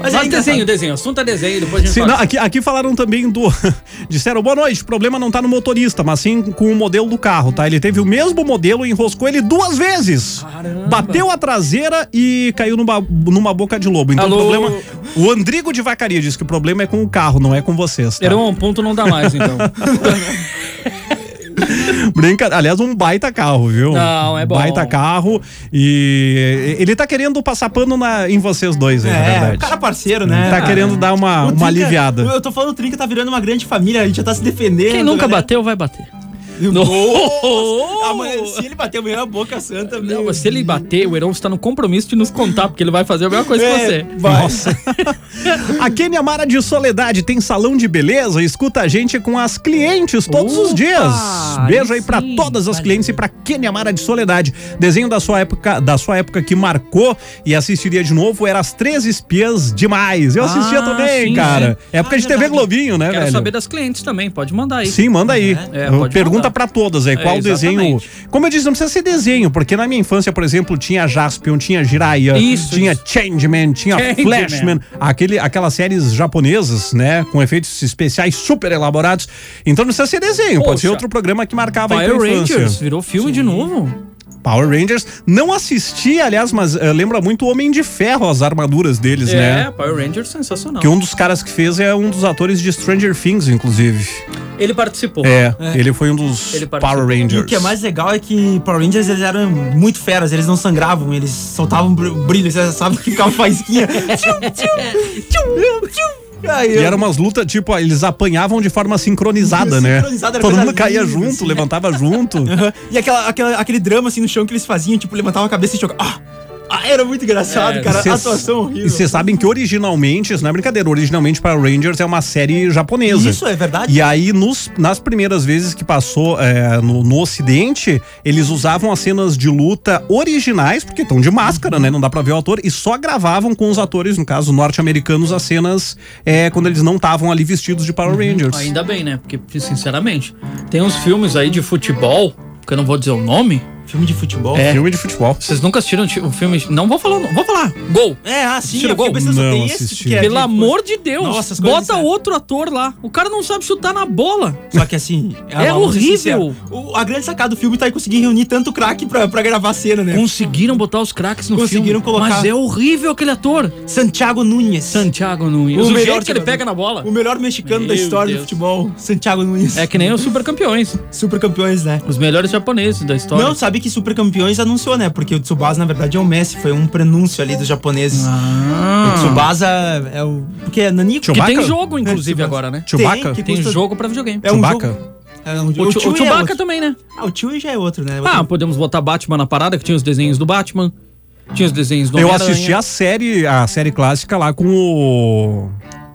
S3: Mas,
S2: é engraçado.
S3: desenho, desenho. Assunto é desenho, depois a gente
S1: Sim,
S3: fala.
S1: não, aqui, aqui falaram também do. Disseram, boa noite. O problema não tá no motorista, mas sim com o modelo do carro, tá? Ele teve o mesmo modelo e enroscou ele duas vezes.
S3: Caramba.
S1: Bateu a traseira e caiu numa, numa boca de lobo. Então
S3: Alô?
S1: o problema. O Andrigo de Vacaria disse que o problema é com o carro, não é com vocês. Tá?
S3: Era um ponto, não dá mais, então.
S1: Brinca... Aliás, um baita carro, viu?
S3: Não, é bom.
S1: Baita carro. E ele tá querendo passar pano na... em vocês dois, é, na
S2: É,
S1: verdade.
S2: o cara é parceiro, né?
S1: Tá querendo dar uma,
S2: O
S1: uma
S2: Trinca-
S1: aliviada.
S2: Eu tô falando, o Trinca tá virando uma grande família, a gente já tá se defendendo.
S3: Quem nunca
S2: galera.
S3: bateu, vai bater. Nossa!
S2: Amanhã, Ah, se ele bater amanhã na boca santa,
S3: Não,
S2: meu
S3: mas se ele bater, o Heron está no compromisso de nos contar, porque ele vai fazer a mesma coisa que
S2: É,
S3: você.
S2: vai.
S1: A Kenia é Mara de Soledade tem salão de beleza, escuta a gente com as clientes todos os
S3: Opa,
S1: dias. Beijo aí
S3: aí
S1: pra
S3: sim,
S1: todas as
S3: valeu.
S1: clientes e pra Kenia Mara de Soledade. Desenho da sua época, da sua época que marcou e assistiria de novo era As Três Espias demais. Eu assistia
S3: Ah,
S1: também,
S3: sim,
S1: cara.
S3: sim.
S1: Época
S2: Ah,
S1: de TV
S2: verdade.
S1: Globinho, né,
S3: Quero
S1: velho?
S3: saber das clientes também, pode mandar aí.
S1: Sim, manda aí.
S3: É, pode
S1: Pergunta
S3: mandar.
S1: pra todas aí,
S3: É,
S1: qual desenho.
S3: exatamente.
S1: Como eu disse, não precisa ser desenho, porque na minha infância, por exemplo, tinha Jaspion, tinha Jiraiya,
S3: Isso,
S1: tinha
S3: isso.
S1: Changeman, tinha
S3: Changeman.
S1: Flashman, aquele, aquelas séries japonesas, né, com efeitos especiais super elaborados. Então não precisa ser desenho, pode
S3: Poxa.
S1: ser outro programa que
S2: tá
S1: marcava aí
S3: Power
S1: tua infância.
S3: Rangers virou filme de novo.
S1: Power Rangers. Não assisti, aliás, mas eh, lembra muito o Homem de Ferro, as armaduras deles,
S3: É,
S1: né?
S3: Power Rangers sensacional.
S1: Que um dos caras que fez é um dos atores de Stranger Things, inclusive.
S3: Ele participou.
S1: É, ele foi um dos
S3: Ele
S1: Power
S3: participou.
S1: Rangers.
S2: E o que é mais legal é que Power Rangers eles eram muito feras, eles não sangravam, eles soltavam br- brilho, você sabe que ficava faísquinha. Tchum, tchum, tchum, tchum. Aí,
S1: E eram umas lutas, tipo, ó, eles apanhavam de forma sincronizada, né?
S2: Sincronizada, era
S1: Todo
S2: coisa
S1: mundo caía
S2: linda,
S1: junto,
S2: assim.
S1: levantava junto.
S2: Aham. E aquela, aquela- aquele drama assim no chão que eles faziam, tipo, levantavam a cabeça e jogavam. Ah! Ah, era muito engraçado,
S3: É,
S2: cara.
S1: Cês-
S2: Atuação horrível.
S1: E vocês sabem que originalmente, isso não é brincadeira, originalmente Power Rangers é uma série japonesa.
S2: Isso é verdade.
S1: E aí, nos- nas primeiras vezes que passou é, no, no ocidente, eles usavam as cenas de luta originais, porque estão de máscara, né? Não dá pra ver o ator, e só gravavam com os atores, no caso, norte-americanos, as cenas é, quando eles não estavam ali vestidos de Power Rangers.
S3: Ainda bem, né? Porque, sinceramente, tem uns filmes aí de futebol, que eu não vou dizer o nome.
S2: Filme de futebol.
S3: É.
S1: Filme de futebol.
S3: Vocês nunca assistiram um filme. Não vou falar, o nome, vou falar. Gol.
S2: É, ah, sim,
S3: Tira
S2: eu fiquei
S3: gol?
S2: pensando, só
S1: Não
S2: tem esse
S1: assisti.
S2: que é.
S3: Pelo
S2: de-
S3: amor de Deus,
S2: Nossa, as coisas,
S3: bota
S2: né?
S3: outro ator lá. O cara não sabe chutar na bola.
S2: Só que assim.
S3: É
S2: vamos ser
S3: horrível.
S2: sinceros, o- a grande sacada do filme tá em conseguir reunir tanto craque pra, pra gravar a cena, né?
S3: Um Conseguiram botar os craques no
S2: Conseguiram
S3: filme.
S2: colocar.
S3: Mas é horrível aquele ator.
S2: Santiago Nunes.
S3: Santiago Nunes. O, jeito que ele
S2: jogador.
S3: pega na bola.
S2: O melhor mexicano da
S3: Meu
S2: história
S3: Deus.
S2: do futebol, Santiago Nunes.
S3: É que nem os supercampeões.
S2: Super campeões, né?
S3: Os melhores japoneses da história.
S2: Não, sabe que Super Campeões anunciou, né? Porque o Tsubasa, na verdade, é o Messi. Foi um prenúncio ali dos japoneses. O
S3: Ah.
S2: Tsubasa é o... Porque é Nanico.
S3: Que
S1: Chewbacca?
S3: tem jogo, inclusive,
S2: É,
S3: agora, né?
S1: Chewbacca?
S2: que
S3: Tem
S2: custa-
S3: jogo pra videogame.
S2: É um
S1: Chewbacca?
S2: jogo... É um
S3: O,
S2: jogo...
S3: Chu- o
S2: é
S3: Chewbacca
S2: outro.
S3: também, né?
S2: Ah, o Chewie já é outro, né?
S3: Ah,
S2: Outro-
S3: podemos botar Batman na parada, que tinha os desenhos do Batman. Tinha os desenhos do
S1: Eu
S3: Homem-Aranha.
S1: assisti a série, a série clássica lá com o.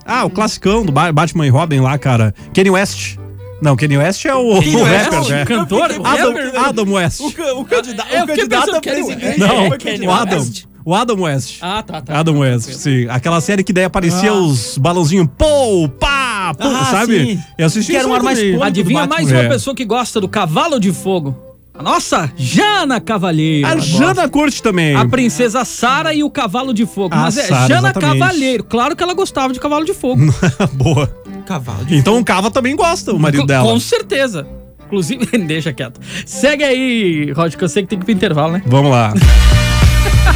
S1: Ah, o classicão do Ba- Batman e Robin lá, cara. Kanye West. Não, Kanye West é o,
S2: Kanye
S1: o
S2: West?
S1: rapper, né?
S3: Cantor?
S1: Adam,
S3: rapper?
S1: Adam West.
S2: O, ca- o candidato,
S3: É, eu
S2: o
S3: fiquei
S2: candidato
S3: pensando
S2: a
S3: que era o-
S2: presidente.
S1: Não,
S3: É, Kanye
S2: foi candidato.
S1: o Adam. O Adam West.
S3: Ah, tá, tá.
S1: Adam
S3: tá,
S1: West,
S3: tranquilo.
S1: sim. Aquela série que daí aparecia
S3: Ah.
S1: os balãozinhos. Pô, pá, pô,
S2: Ah,
S1: sabe?
S2: sim.
S1: Eu assisti
S2: Que era
S1: isso
S2: um ar mais
S1: também.
S2: cômico.
S3: Adivinha
S2: do Batman.
S3: mais uma
S1: É.
S3: pessoa que gosta do Cavalo de Fogo? A nossa Jana Cavalheiro.
S1: A
S3: Ela
S1: Jana curte também.
S3: A princesa Sara e o Cavalo de Fogo.
S1: Ah,
S3: Mas é
S1: Sara,
S3: Jana
S1: exatamente.
S3: Cavalheiro. Claro que ela gostava de Cavalo de Fogo.
S1: Boa.
S2: Cavalo de
S1: Então o Cava também gosta, o marido
S3: Com-
S1: dela.
S3: Com certeza. Inclusive, deixa quieto. Segue aí, Roger, que eu sei que tem que ir pro intervalo, né?
S1: Vamos lá.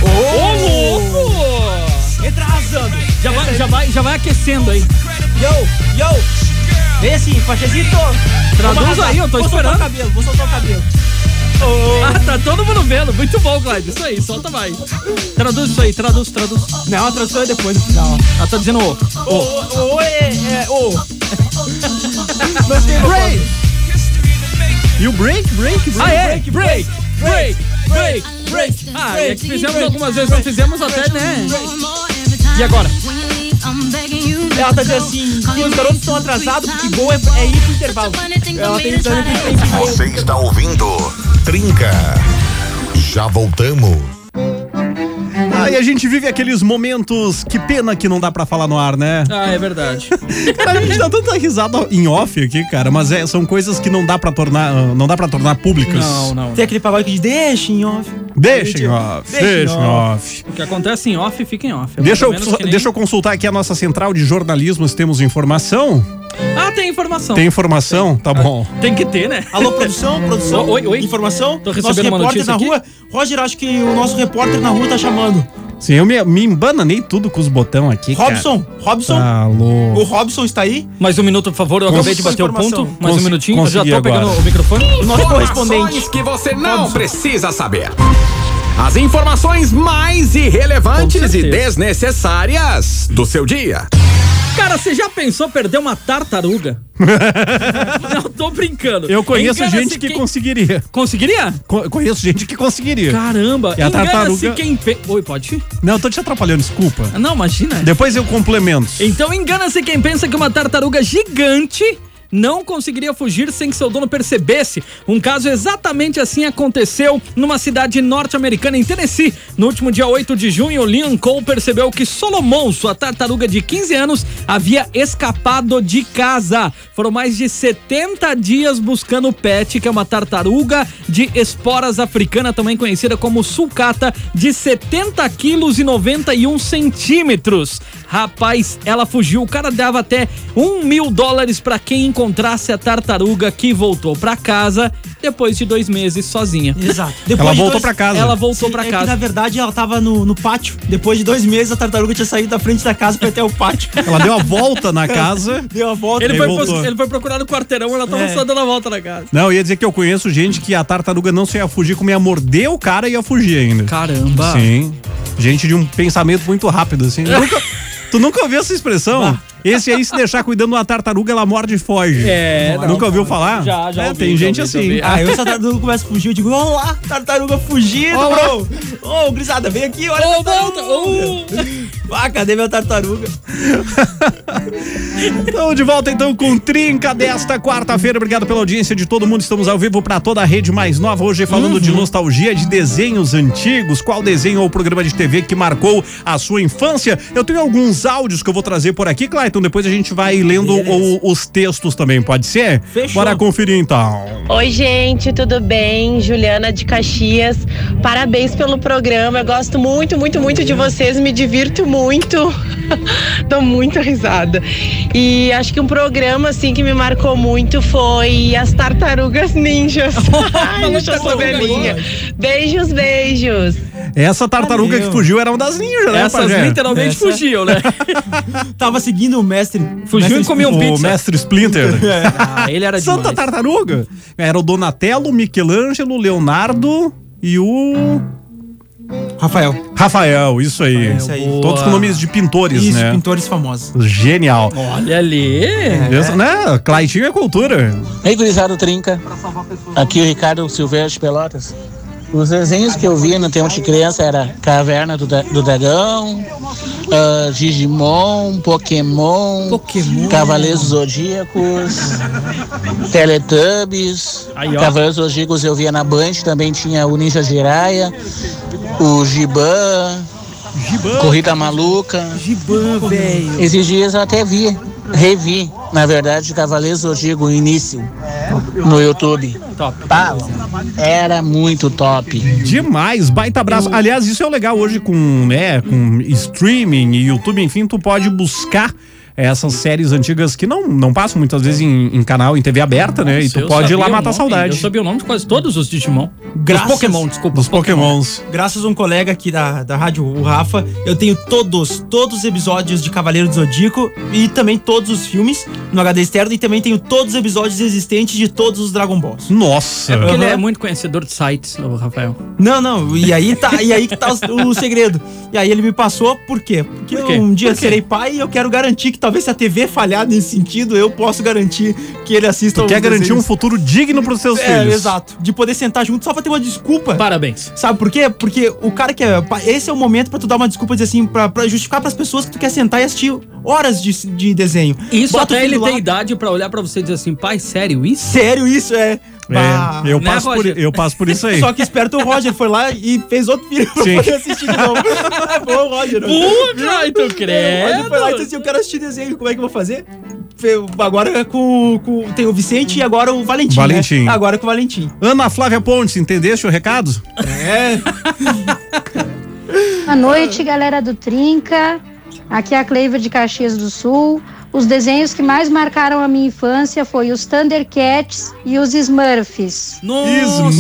S3: Ô, louco!
S2: Retrasando.
S3: Já vai, já vai, já vai aquecendo aí.
S2: Yo, yo. Vem assim, fachezito.
S3: Traduz aí, eu tô
S2: Vou soltar o
S3: esperando.
S2: cabelo, vou soltar o cabelo.
S3: Ah, tá todo mundo vendo. Muito bom, Clyde. Isso aí, solta mais. Traduz isso aí, traduz, traduz.
S2: Não, a tradução é depois no final.
S3: Ela tá dizendo ô.
S2: Ô, ô, ô, é, é, ô. Mas tem break.
S1: E o break, break, break.
S3: Ah, é? Break, break, break, break. Ah, é que fizemos algumas vezes, não fizemos até, né? E agora?
S2: Ela tá dizendo assim, que os garotos estão atrasados porque gol é, é ir pro intervalo.
S7: um
S2: É Ela tem dizendo que um tem que gol.
S8: Você está ouvindo Trinca. Já voltamos.
S1: Ah, e a gente vive aqueles momentos, que pena que não dá pra falar no ar, né?
S3: Ah, é verdade.
S1: Cara, a gente dá tanta risada em off aqui, cara, mas é, são coisas que não dá para tornar, ah, não dá para tornar públicas.
S3: Não, não.
S2: Tem aquele pagode que diz, deixa em off.
S1: Deixa em off,
S2: Deixa em
S1: deixa em off.
S3: O que acontece em off, fica em off. É
S1: Deixa eu,
S3: mais ou menos que nem-
S1: deixa eu consultar aqui a nossa central de jornalismo, se temos informação.
S3: Ah, tem informação.
S1: Tem informação? Tá bom.
S3: Tem que ter, né?
S2: Alô, produção, produção.
S3: Oi, oi.
S2: Informação.
S3: Tô recebendo uma
S2: nosso repórter
S3: notícia
S2: na
S3: aqui.
S2: rua. Roger, acho que o nosso repórter na rua tá chamando.
S1: Sim, eu me, me embananei tudo com os botão aqui,
S3: é?
S1: Tá
S2: Robson, Robson.
S3: Ah.
S1: cara.
S2: O
S1: Alô.
S2: Robson está aí?
S3: Mais um minuto, por favor. Eu acabei de bater o
S2: informação.
S3: ponto. Mais um
S1: Cons-
S3: minutinho. Eu já tô
S1: consegui
S3: pegando
S1: agora.
S3: o microfone.
S2: Nosso correspondente.
S4: Informações que você não precisa saber. As informações mais
S3: Com
S4: irrelevantes e
S3: certeza.
S4: desnecessárias do seu dia.
S3: Cara, você já pensou perder uma tartaruga? Não tô brincando.
S1: Eu conheço
S3: Engana-se
S1: gente que
S3: quem-
S1: conseguiria.
S3: Conseguiria?
S1: Co- conheço gente que conseguiria.
S3: Caramba,
S1: E a
S3: engana-se
S1: tartaruga-
S3: quem. Pe... Oi, pode? ir?
S1: Não, eu tô te atrapalhando, desculpa.
S3: Ah, Não, imagina.
S1: Depois eu complemento.
S3: Então engana-se quem pensa que uma tartaruga gigante não conseguiria fugir sem que seu dono percebesse. Um caso exatamente assim aconteceu numa cidade norte-americana em Tennessee. No último dia 8 de junho, Leon Cole percebeu que Solomon, sua tartaruga de 15 anos, havia escapado de casa. Foram mais de 70 dias buscando o Pet, que é uma tartaruga de esporas africana, também conhecida como sulcata, de 70 quilos e 91 centímetros. Rapaz, ela fugiu. O cara dava até 1 mil dólares pra quem encontrasse a tartaruga que voltou pra casa depois de dois meses sozinha.
S2: Exato.
S1: Ela
S2: de
S1: voltou pra casa.
S3: Ela voltou
S2: Sim,
S3: pra
S2: é que,
S3: casa.
S2: na verdade, ela tava no, no pátio. Depois de dois meses, a tartaruga tinha saído da frente da casa pra ir até o pátio.
S1: Ela deu a volta na casa.
S2: Deu a volta.
S3: Ele foi,
S1: voltou.
S3: ele foi procurar no quarteirão, ela tava
S2: É.
S3: só dando a volta na casa.
S1: Não, eu ia dizer que eu conheço gente que a tartaruga não só ia fugir, como ia morder o cara e ia fugir ainda.
S3: Caramba.
S1: Sim. Gente de um pensamento muito rápido, assim. Nunca- tu nunca ouviu essa expressão? Esse aí, se deixar cuidando de uma tartaruga, ela morde e foge.
S3: É, não,
S1: Nunca ouviu falar?
S3: Já, já
S1: É,
S3: ouvi,
S1: tem
S3: já
S1: gente
S3: ouvi, já
S1: assim.
S3: ouvi.
S2: Aí essa tartaruga começa Ah, a fugir, eu digo, olá, tartaruga fugindo, bro! Ô, grisada, vem aqui, olha
S3: Ô,
S2: a tartaruga.
S3: volta,
S2: Ah, cadê minha tartaruga?
S1: Então, de volta então com Trinca desta quarta-feira. Obrigado pela audiência de todo mundo. Estamos ao vivo para toda a rede mais nova. Hoje falando de
S3: Uhum.
S1: nostalgia, de desenhos antigos. Qual desenho ou programa de TV que marcou a sua infância? Eu tenho alguns áudios que eu vou trazer por aqui, Clayton. Então, Depois a gente vai lendo
S2: Beleza.
S1: o- os textos também, pode ser?
S2: Fechou.
S1: Bora conferir então.
S9: Oi, gente, tudo bem? Juliana de Caxias. Parabéns pelo programa. Eu gosto muito, muito, muito de vocês. Me divirto muito. Dou muita risada. E acho que um programa assim que me marcou muito foi As Tartarugas Ninjas. Ai, eu já sou velhinha. Beijos, beijos.
S1: Essa tartaruga
S2: Valeu.
S1: que fugiu era uma das ninjas, né,
S3: Essas
S1: Pajé?
S3: literalmente
S2: Essa-
S3: fugiam, né?
S2: Tava seguindo o mestre.
S3: Fugiu
S2: mestre
S3: e comeu um
S2: Splinter.
S1: O
S3: pizza.
S1: mestre Splinter.
S3: Ah, ele era
S1: Santa
S3: demais.
S1: Tartaruga? Era o Donatello, Michelangelo, Leonardo e o.
S2: Rafael,
S1: Rafael, isso aí.
S2: isso aí.
S1: Todos com nomes de pintores,
S2: isso,
S1: né?
S2: pintores famosos.
S1: Genial.
S3: Olha ali.
S1: Isso, né? Claitinho é cultura.
S5: Ei, gurizada trinca. Aqui o Ricardo Silveira de Pelotas. Os desenhos que eu via no tempo de criança era Caverna do, Dra- do Dragão, ah, Digimon, Pokémon,
S3: Pokémon.
S5: Cavaleiros Zodíacos, Teletubbies.
S3: Aí, ó.
S5: Cavaleiros Zodíacos eu via na Band, também tinha o Ninja Jiraiya, o Giban, Corrida Maluca.
S2: Giban, velho.
S5: Esses dias eu até vi, revi, na verdade, Cavaleiros Zodíaco o início no YouTube.
S3: Top.
S5: Pá, era muito top.
S1: Demais, baita abraço. Aliás, isso é o legal hoje com, né, com streaming e YouTube, enfim, tu pode buscar essas séries antigas que não, não passam muitas vezes em, em canal, em TV aberta, né? E
S3: Isso,
S1: tu
S3: eu
S1: pode ir lá
S3: sabia o
S1: matar a
S3: nome, Eu
S1: saudade
S3: sabia o nome de quase todos os Digimon.
S2: Graças-
S3: Dos Pokémon, desculpa.
S1: dos Pokémons.
S2: Graças a um colega aqui da, da rádio, o Rafa, eu tenho todos, todos os episódios de Cavaleiro do Zodíaco e também todos os filmes no HD externo e também tenho todos os episódios existentes de todos os Dragon Balls.
S1: Nossa.
S3: Porque ele é
S2: Aham.
S3: muito conhecedor de sites, o Rafael.
S2: Não, não, e aí tá, e aí que tá o, o segredo. E aí ele me passou, por quê? Porque
S3: Por quê?
S2: um dia serei pai e eu quero garantir que talvez se a TV falhar nesse sentido, eu posso garantir que ele assista
S1: Tu quer
S2: os
S1: garantir um
S2: desenhos.
S1: futuro digno pros seus
S2: É,
S1: filhos.
S2: exato. De poder sentar junto só pra ter uma desculpa.
S3: Parabéns.
S2: Sabe por quê? Porque o cara que é. pa- Esse é o momento pra tu dar uma desculpa dizer assim, pra, pra justificar pras pessoas que tu quer sentar e assistir horas de, de desenho.
S3: Isso
S2: Bota o
S3: até
S2: filho
S3: ele
S2: lá.
S3: tem idade pra olhar pra você e dizer assim, pai, sério isso?
S2: Sério, isso é. Bah.
S1: É, eu,
S3: Né,
S1: passo por,
S3: Roger?
S1: eu passo por isso aí.
S2: Só que esperto o Roger foi lá e fez outro filho pra
S1: Sim.
S2: poder assistir de novo. é bom, Roger.
S3: Puta,
S1: então
S3: tu
S2: O Roger foi lá e disse
S3: credo.
S2: assim: eu quero assistir desenho, como é que eu vou fazer? Fe- Agora é com, com. Tem o Vicente e agora o Valentim. né?
S1: Valentim.
S2: Agora é com o Valentim.
S1: Ana Flávia Pontes, entendeste o recado?
S2: É.
S9: Boa noite, galera do Trinca. Aqui é a Cleiva de Caxias do Sul. Os desenhos que mais marcaram a minha infância foi os Thundercats e os Smurfs.
S1: Smurfs.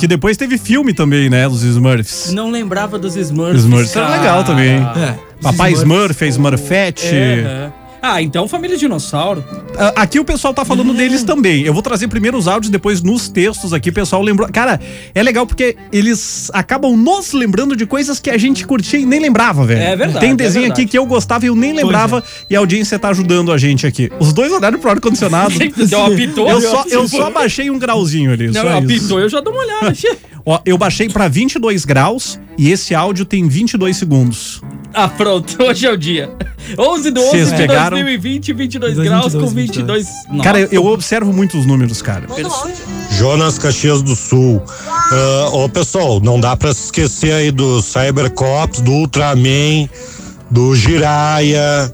S1: Que depois teve filme também, né? Dos Smurfs.
S3: Não lembrava dos Smurfs. Ah.
S1: Smurfs era
S3: cara.
S1: legal também.
S2: É.
S1: Papai Smurf, Smurfette.
S3: É, é. Ah, então família dinossauro.
S1: Ah, Aqui o pessoal tá
S3: Hum.
S1: falando deles também. Eu vou trazer primeiro os áudios, depois nos textos aqui. O pessoal lembrou. Cara, é legal porque eles acabam nos lembrando de coisas que a gente curtia e nem lembrava, velho.
S3: É verdade,
S1: Tem
S3: é
S1: desenho
S3: verdade. é.
S1: aqui que eu gostava e eu nem lembrava. E a audiência tá ajudando a gente aqui. Os dois andaram pro ar-condicionado.
S3: Deu apitou.
S1: Ah, eu, só, eu só baixei um grauzinho ali.
S3: Tipo- Não,
S1: só isso.
S3: apitou, eu já dou uma olhada.
S1: Ó, eu baixei pra 22 graus e esse áudio tem 22 segundos.
S3: Ah, pronto, hoje é o dia. 11 do 11
S1: Vocês
S3: de
S1: pegaram?
S3: 2020, 22 graus com 22. Nossa.
S1: Cara, eu, eu observo muito os números, cara.
S10: Jonas Caxias do Sul. Ah, ô pessoal, não dá pra se esquecer aí do Cybercops, do Ultraman, do Jiraya,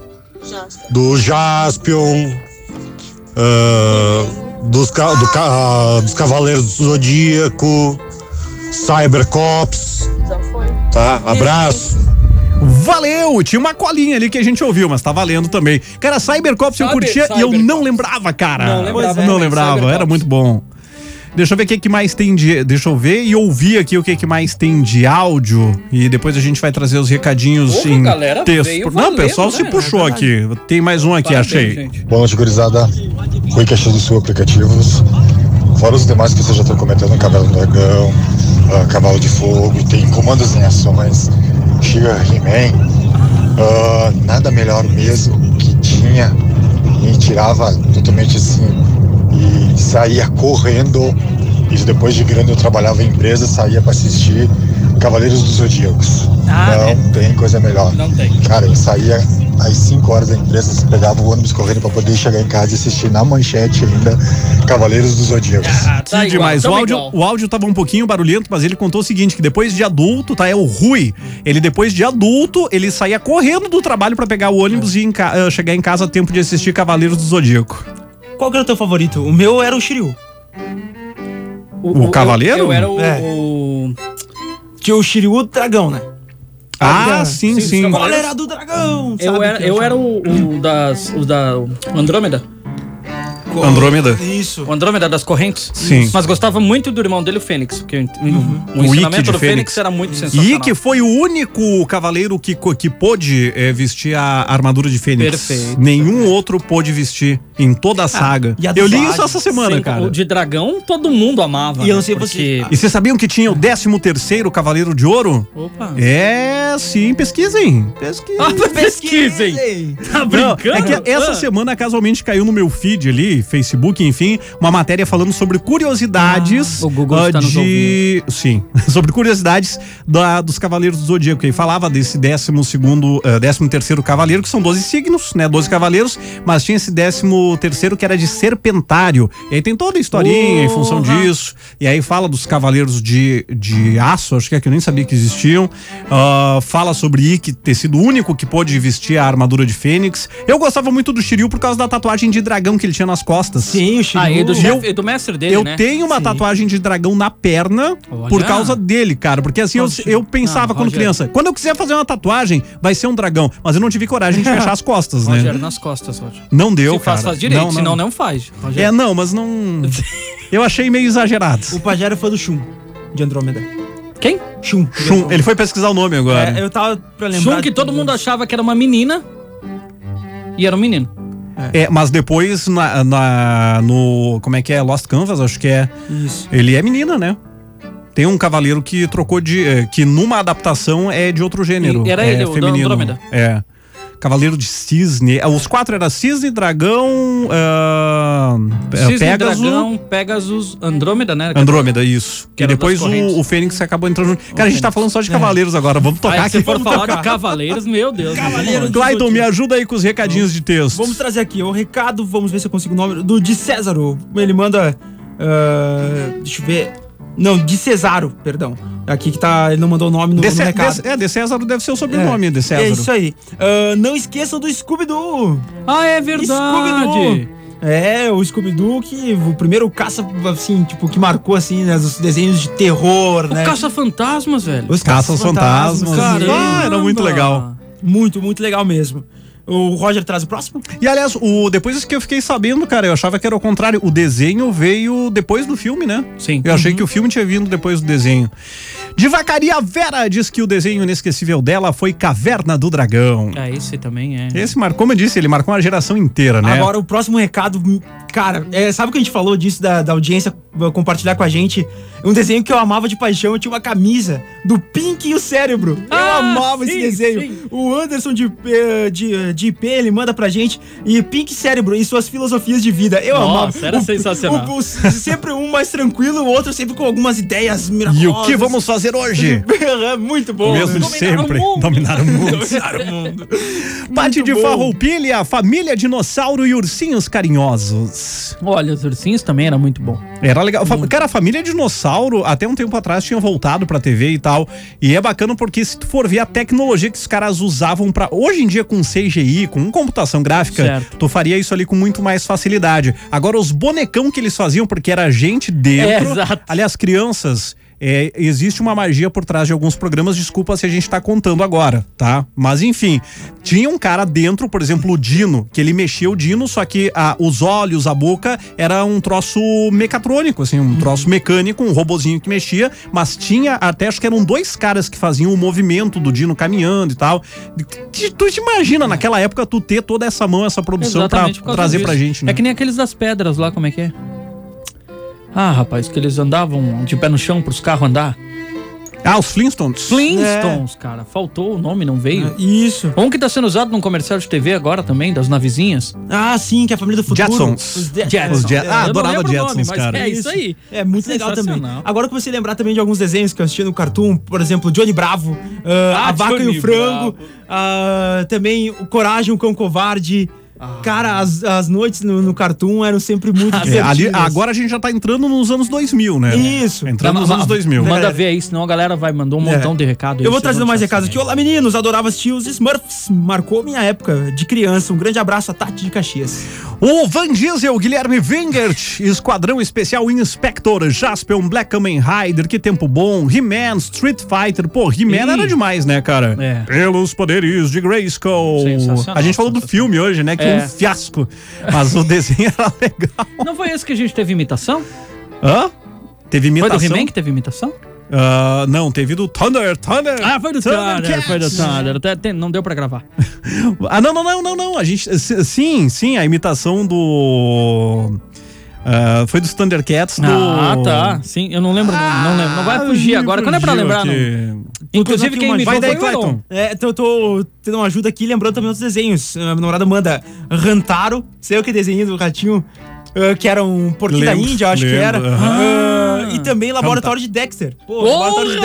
S10: do Jaspion, ah, dos, ca- do ca- ah, dos Cavaleiros do Zodíaco, Cybercops. Tá? Abraço.
S1: Valeu! Tinha uma colinha ali que a gente ouviu, mas tá valendo também. Cara, Cybercops eu
S3: Sabe-
S1: curtia e eu
S3: Cybercops.
S1: não lembrava, cara.
S3: Não lembrava,
S1: Pois é,
S3: né?
S1: Não lembrava, era
S3: Cybercops.
S1: muito bom. Deixa eu ver o que, que mais tem de. Deixa eu ver e ouvir aqui o que, que mais tem de áudio. E depois a gente vai trazer os recadinhos
S3: Porra,
S1: em
S3: galera,
S1: texto.
S3: veio
S1: Não, o
S3: valendo,
S1: pessoal
S3: né?
S1: se puxou
S3: É
S1: aqui. Tem mais um aqui,
S3: Parabéns,
S1: achei.
S3: gente.
S11: Boa noite, gurizada. Rui Caxias do Sul Aplicativos. Fora os demais que vocês já estão comentando, um Cavalo do Dragão, ah, Cavalo de Fogo, tem Comandos em Ações, Shiga He-Man. Ah, nada melhor mesmo que tinha e tirava totalmente assim e saía correndo. E depois de grande eu trabalhava em empresa, saía para assistir Cavaleiros dos Zodíacos. não tem coisa melhor.
S3: Não tem.
S11: Cara, eu saía às 5 horas da empresa, pegava o ônibus correndo pra poder chegar em casa e assistir na manchete ainda Cavaleiros dos Zodíacos.
S3: Ah, tá
S1: Que
S3: igual,
S1: demais. O
S3: tamo
S1: áudio,
S3: igual.
S1: o áudio tava um pouquinho barulhento, mas ele contou o seguinte: que depois de adulto, tá? É o Rui. Ele, depois de adulto, ele saía correndo do trabalho pra pegar o ônibus e em ca- eh, chegar em casa a tempo de assistir Cavaleiros do Zodíaco.
S2: Qual que era o teu favorito? O meu era o Shiryu.
S1: O
S3: eu-
S1: cavaleiro?
S3: Eu, era o.
S2: É.
S3: o-
S2: Tinha o Shiryu dragão, né?
S1: Ah,
S2: Era-
S1: sim,
S3: Sim,
S1: sim.
S3: sim.
S2: Cólera do dragão!
S3: Eu
S2: sabe?
S3: era,
S2: Que
S3: eu era
S2: achava.
S3: o, o das. O da. o Andrômeda?
S1: Andrômeda.
S2: Isso.
S3: O Andrômeda das correntes?
S1: Sim. Uhum.
S3: Mas gostava muito do irmão dele, o Fênix. Porque o- o,
S1: O Ikki de
S3: ensinamento do
S1: Fênix. é
S3: Fênix era muito sensacional.
S1: E que foi o único cavaleiro que, co- que pôde eh, vestir a armadura de Fênix.
S3: Perfeito. Ah,
S1: Nenhum outro pôde vestir em toda a saga.
S2: e a
S1: Eu li
S2: dublagem,
S1: isso essa semana,
S3: Sim,
S1: cara.
S3: O de dragão todo mundo amava.
S2: E eu
S3: né?
S2: sei você-
S3: Porque-
S1: E vocês sabiam que tinha o 13 terceiro Cavaleiro de Ouro?
S2: Ah,
S3: Opa.
S1: É, sim, pesquisem. Pesquisem.
S3: Ah, pesquisem! Tá
S1: Não,
S3: brincando?
S1: é que essa
S3: Ah.
S1: semana casualmente caiu no meu feed ali, Facebook, enfim, uma matéria falando sobre curiosidades
S3: Ah, o Google
S1: ah,
S3: está nos
S1: de, sim, sobre curiosidades da- dos Cavaleiros do Zodíaco. E falava desse 12 segundo, 13 terceiro Cavaleiro, que são 12 signos, né, 12 Cavaleiros, mas tinha esse 13 terceiro que era de Serpentário. E aí tem toda a historinha em função
S3: Porra.
S1: disso. E aí fala dos Cavaleiros de, de Aço, acho que é que eu nem sabia que existiam. Ah, fala sobre Ikki ter sido o único que pôde vestir a armadura de Fênix. Eu gostava muito do Shiryu por causa da tatuagem de dragão que ele tinha nas costas.
S2: Sim, o Shiryu.
S3: Ah, e do,
S1: Eu-
S3: chefe, e do mestre dele,
S1: eu
S3: né?
S1: tenho uma
S2: Sim.
S1: tatuagem de dragão na perna
S3: Olha.
S1: por causa dele, cara. Porque assim, eu,
S2: Roger.
S1: eu pensava
S3: Não,
S1: quando
S3: Roger.
S1: criança, quando eu quiser fazer uma tatuagem, vai ser um dragão. Mas eu não tive coragem de fechar as costas, né?
S3: Rogério nas costas, Rogério.
S1: Não deu,
S3: Se
S1: cara.
S3: faz, faz direito,
S1: Não, não.
S3: senão não faz.
S1: É,
S3: Rogério.
S1: não, mas não... Eu achei meio exagerado.
S2: O Pajero foi do Shun, de Andrômeda.
S1: É,
S3: Quem?
S2: Shun. de
S1: Chum,
S2: Andrômeda.
S1: ele foi pesquisar o nome agora.
S2: É, eu tava pra lembrar.
S3: Shun que todo mundo achava que era uma menina. E era um menino.
S1: É, mas depois na, na- no. Como é que é? Lost Canvas, acho que é.
S2: Isso.
S1: Ele é menina, né? Tem um cavaleiro que trocou de. é, que numa adaptação é de outro gênero.
S3: E era
S1: é
S3: ele, o da Andrômeda.
S1: É. Cavaleiro de Cisne. Ah, Os quatro era Cisne, Dragão. ah, é,
S3: Cisne,
S1: Pégaso.
S3: Dragão, Pegasus, Andrômeda, né?
S1: Andrômeda, isso.
S3: Que
S1: e
S3: era das
S1: depois
S3: correntes. É.
S1: o, o Fênix acabou entrando junto. Cara, a gente tá falando só de cavaleiros agora. Vamos
S3: Aí,
S1: tocar
S3: se
S1: aqui.
S3: for
S1: Vamos
S3: falar
S1: tocar.
S3: de cavaleiros, meu Deus.
S2: Cavaleiro do
S1: Clayton, me
S2: Zodíaco.
S1: ajuda aí com os recadinhos de texto.
S2: Vamos trazer aqui o recado, vamos ver se eu consigo o nome. Do de Césaro. Ele manda. ah, deixa eu ver. Não, de Cesaro, perdão. Aqui que tá. Ele não mandou o nome no,
S1: De
S2: no
S1: Cé-
S2: recado.
S1: de- é, de César deve ser o sobrenome de César.
S2: É isso aí. Ah, não esqueçam do Scooby-Doo.
S3: Ah, é
S2: Scooby-Doo.
S3: verdade.
S2: É, o Scooby-Doo que o primeiro caça, assim, tipo, que marcou, assim, né, os desenhos de terror,
S3: O
S2: né?
S3: Caça-Fantasmas, velho.
S2: Os
S1: Caça aos fantasmas.
S2: cara.
S1: Ah, era muito legal.
S2: Muito, muito legal mesmo. O Roger traz o próximo?
S1: E aliás, o, depois isso que eu fiquei sabendo, cara, eu achava que era o contrário. O desenho veio depois do filme, né? Sim. Eu
S2: Uhum.
S1: achei que o filme tinha vindo depois do desenho. Divacaria Vera diz que o desenho inesquecível dela foi Caverna do Dragão.
S3: É, esse também é.
S1: Esse marcou, como eu disse, ele marcou uma geração inteira, né?
S2: Agora, o próximo recado, cara, é, sabe o que a gente falou disso da, da audiência uh, compartilhar com a gente? Um desenho que eu amava de paixão, eu tinha uma camisa do Pink e o Cérebro. Eu
S3: Ah,
S2: amava esse
S3: sim,
S2: desenho.
S3: sim.
S2: O Anderson de, eh, de, de IP, ele manda pra gente. E Pink Cérebro e suas filosofias de vida.
S1: é
S2: Eu
S3: Nossa,
S2: amava.
S3: era sensacional.
S2: o- o- sempre um mais tranquilo, o outro sempre com algumas ideias
S1: E
S2: miraculosas.
S1: o que vamos fazer hoje?
S2: Muito
S1: O
S2: bom.
S1: mesmo de sempre. Dominar o mundo. Dominar o
S2: mundo.
S1: Pati de
S2: bom.
S1: Farroupilha, família dinossauro e ursinhos carinhosos.
S3: Olha, os ursinhos também era muito bom.
S1: Era legal. Fa- Cara, a família dinossauro, até um tempo atrás, tinha voltado pra TV e tal. E é bacana porque se tu for ver a tecnologia que os caras usavam pra. Hoje em dia, com CGI, com computação gráfica,
S3: Certo.
S1: tu faria isso ali com muito mais facilidade. Agora, os bonecão que eles faziam, porque era gente dentro.
S3: É, exato.
S1: Aliás, crianças. é, existe uma magia por trás de alguns programas, desculpa se a gente tá contando agora, tá? Mas enfim, tinha um cara dentro, por exemplo, o Dino, que ele mexia o Dino, só que a- os olhos, a boca, era um troço mecatrônico, assim, um troço mecânico, um robozinho que mexia, mas tinha até, acho que eram dois caras que faziam o movimento do Dino caminhando e tal. Tu, tu te imagina, naquela época, tu ter toda essa mão, essa produção pra
S3: Exatamente por causa
S1: trazer
S3: disso.
S1: pra gente, né?
S3: É que nem aqueles das pedras lá, como é que é? Ah, rapaz, que eles andavam de pé no chão pros carros andar.
S1: Ah, os Flintstones?
S3: Flintstones, cara. Faltou o nome, não veio.
S2: Isso.
S3: Um que tá sendo usado num comercial de TV agora também, das navezinhas.
S2: Ah, sim, que é a família do futuro.
S1: Jetsons.
S2: Os Je-
S3: Jetsons.
S1: Os Je-
S3: Eu
S1: ah,
S3: não
S1: adorava
S3: lembro o nome,
S1: Jetsons,
S3: mas
S1: cara.
S3: É isso aí.
S2: É muito legal também.
S3: Sensacional.
S2: Agora eu comecei a lembrar também de alguns desenhos que eu assistia no Cartoon, por exemplo, Johnny Bravo, ah,
S3: Ah,
S2: A Vaca e
S3: Johnny
S2: o Frango,
S3: Bravo.
S2: ah, também o Coragem, o Cão Covarde. Cara, as, as noites no, no Cartoon eram sempre
S3: Ah,
S2: muito
S1: É, ali,
S2: divertidas.
S1: agora a gente já tá entrando nos anos 2000, né?
S2: Isso.
S1: Entrando
S3: Tá,
S1: nos
S3: ma-
S1: anos É. 2000.
S3: Manda ver aí, senão a galera vai mandar um montão de recado. aí,
S2: Eu vou
S3: vocês
S2: trazendo
S3: vão
S2: mais
S3: achar
S2: recados aqui. Olá, meninos. Adorava assistir os Smurfs. Marcou minha época de criança. Um grande abraço a Tati de Caxias.
S1: O Van Diesel, Guilherme Wingert, Esquadrão Especial Inspector, Jasper, um Black Kamen Rider, que tempo bom, He-Man, Street Fighter, pô, He-Man era demais, né, cara?
S3: É.
S1: Pelos poderes de Grayskull.
S3: Sensacional,
S1: A gente falou do filme hoje, né, que é
S3: É.
S1: um fiasco, mas o desenho era legal.
S3: Não foi esse que a gente teve imitação?
S1: Hã? Teve imitação?
S3: Foi do He-Man que teve imitação?
S1: Ah, não, teve do Thunder, Thunder.
S3: Ah, foi do Thunder,
S1: Thundercats.
S3: foi do Thunder. Até- até- não deu pra gravar.
S1: Ah, não, não, não, não, não. A gente. s- Sim, sim, a imitação do. ah, foi dos Thundercats do. Ah,
S3: Ah, tá. Sim, eu não lembro, o nome, não, lembro. Não vai fugir agora. Quando é pra lembrar, não. Inclusive, quem me
S2: Vai
S3: foi
S2: daí,
S3: o Clayton.
S2: Clayton. É, então eu tô tendo uma ajuda aqui, lembrando também outros desenhos. Ah, Minha namorada manda Rantaro, sei o que desenho do ratinho, ah, que era um porquinho da
S1: Lembro,
S2: Índia, eu acho que
S1: lembro,
S2: era.
S1: aham.
S2: Ah, e também Laboratório de Dexter. Pô,
S3: tá. Porra,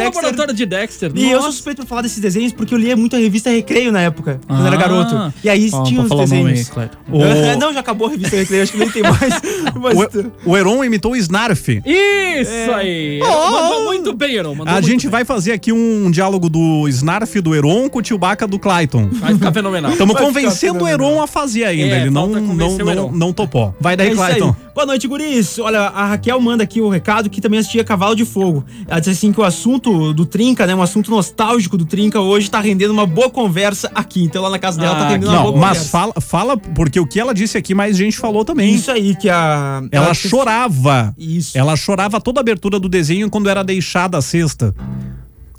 S3: laboratório de Dexter. né?
S2: E eu sou suspeito pra falar desses desenhos porque eu lia muito a revista Recreio na época, quando eu era
S3: Ah.
S2: garoto. E aí
S3: Ó,
S2: tinha
S3: pra
S2: uns
S3: falar o nome
S2: desenhos.
S3: aí, Clayton.
S2: Ah,
S1: O-
S2: Não, já acabou a revista Recreio, acho que nem tem mais. mas-
S1: O, o Heron imitou o Snarf.
S3: Isso aí. Mandou muito bem, Heron. Mandou
S1: A
S3: muito né?
S1: gente
S3: bem.
S1: vai fazer aqui um diálogo do Snarf, do Heron com o Chewbacca do Clayton.
S3: Vai ficar fenomenal.
S1: Estamos
S2: Vai
S1: convencendo
S2: ficar
S1: o Heron a fazer ainda.
S3: É,
S1: Ele não,
S3: falta
S1: não,
S3: convencer o
S1: não,
S3: Heron.
S1: não topou. Vai daí,
S2: É isso aí.
S1: Clayton.
S2: Boa noite, guris. Olha, a Raquel manda aqui o recado que também assistia Cavalo de Fogo. Ela disse assim que o assunto do Trinca, né, um assunto nostálgico do Trinca hoje tá rendendo uma boa conversa aqui. Então lá na casa dela
S3: Ah,
S2: tá rendendo uma
S1: Não,
S2: boa
S1: mas
S2: conversa.
S1: fala, fala, porque o que ela disse aqui, mais gente falou também.
S2: Isso aí que a
S1: Ela
S2: disse-
S1: chorava.
S2: Isso.
S1: Ela chorava toda a abertura do desenho quando era deixada a cesta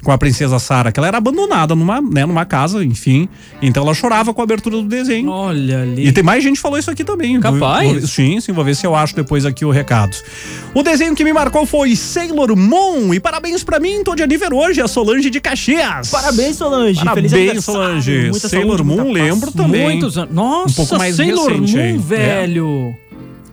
S1: com a princesa Sara, que ela era abandonada numa, né, numa casa, enfim. Então ela chorava com a abertura do desenho.
S3: Olha ali.
S1: E tem mais gente que falou isso aqui também. Vou-
S3: Capaz.
S1: vou- sim, sim, vou ver se eu acho depois aqui o recado. O desenho que me marcou foi Sailor Moon. E parabéns pra mim, tô de aniversário hoje, é a Solange de Caxias.
S2: Parabéns, Solange. Feliz
S1: Parabéns,
S2: aniversário.
S1: Solange.
S2: Muita
S1: Sailor
S2: saúde,
S1: Moon,
S2: muita paz.
S1: lembro também.
S3: Muitos anos. Nossa,
S1: pouco mais
S3: Sailor
S1: recente
S3: Moon,
S1: aí.
S3: velho.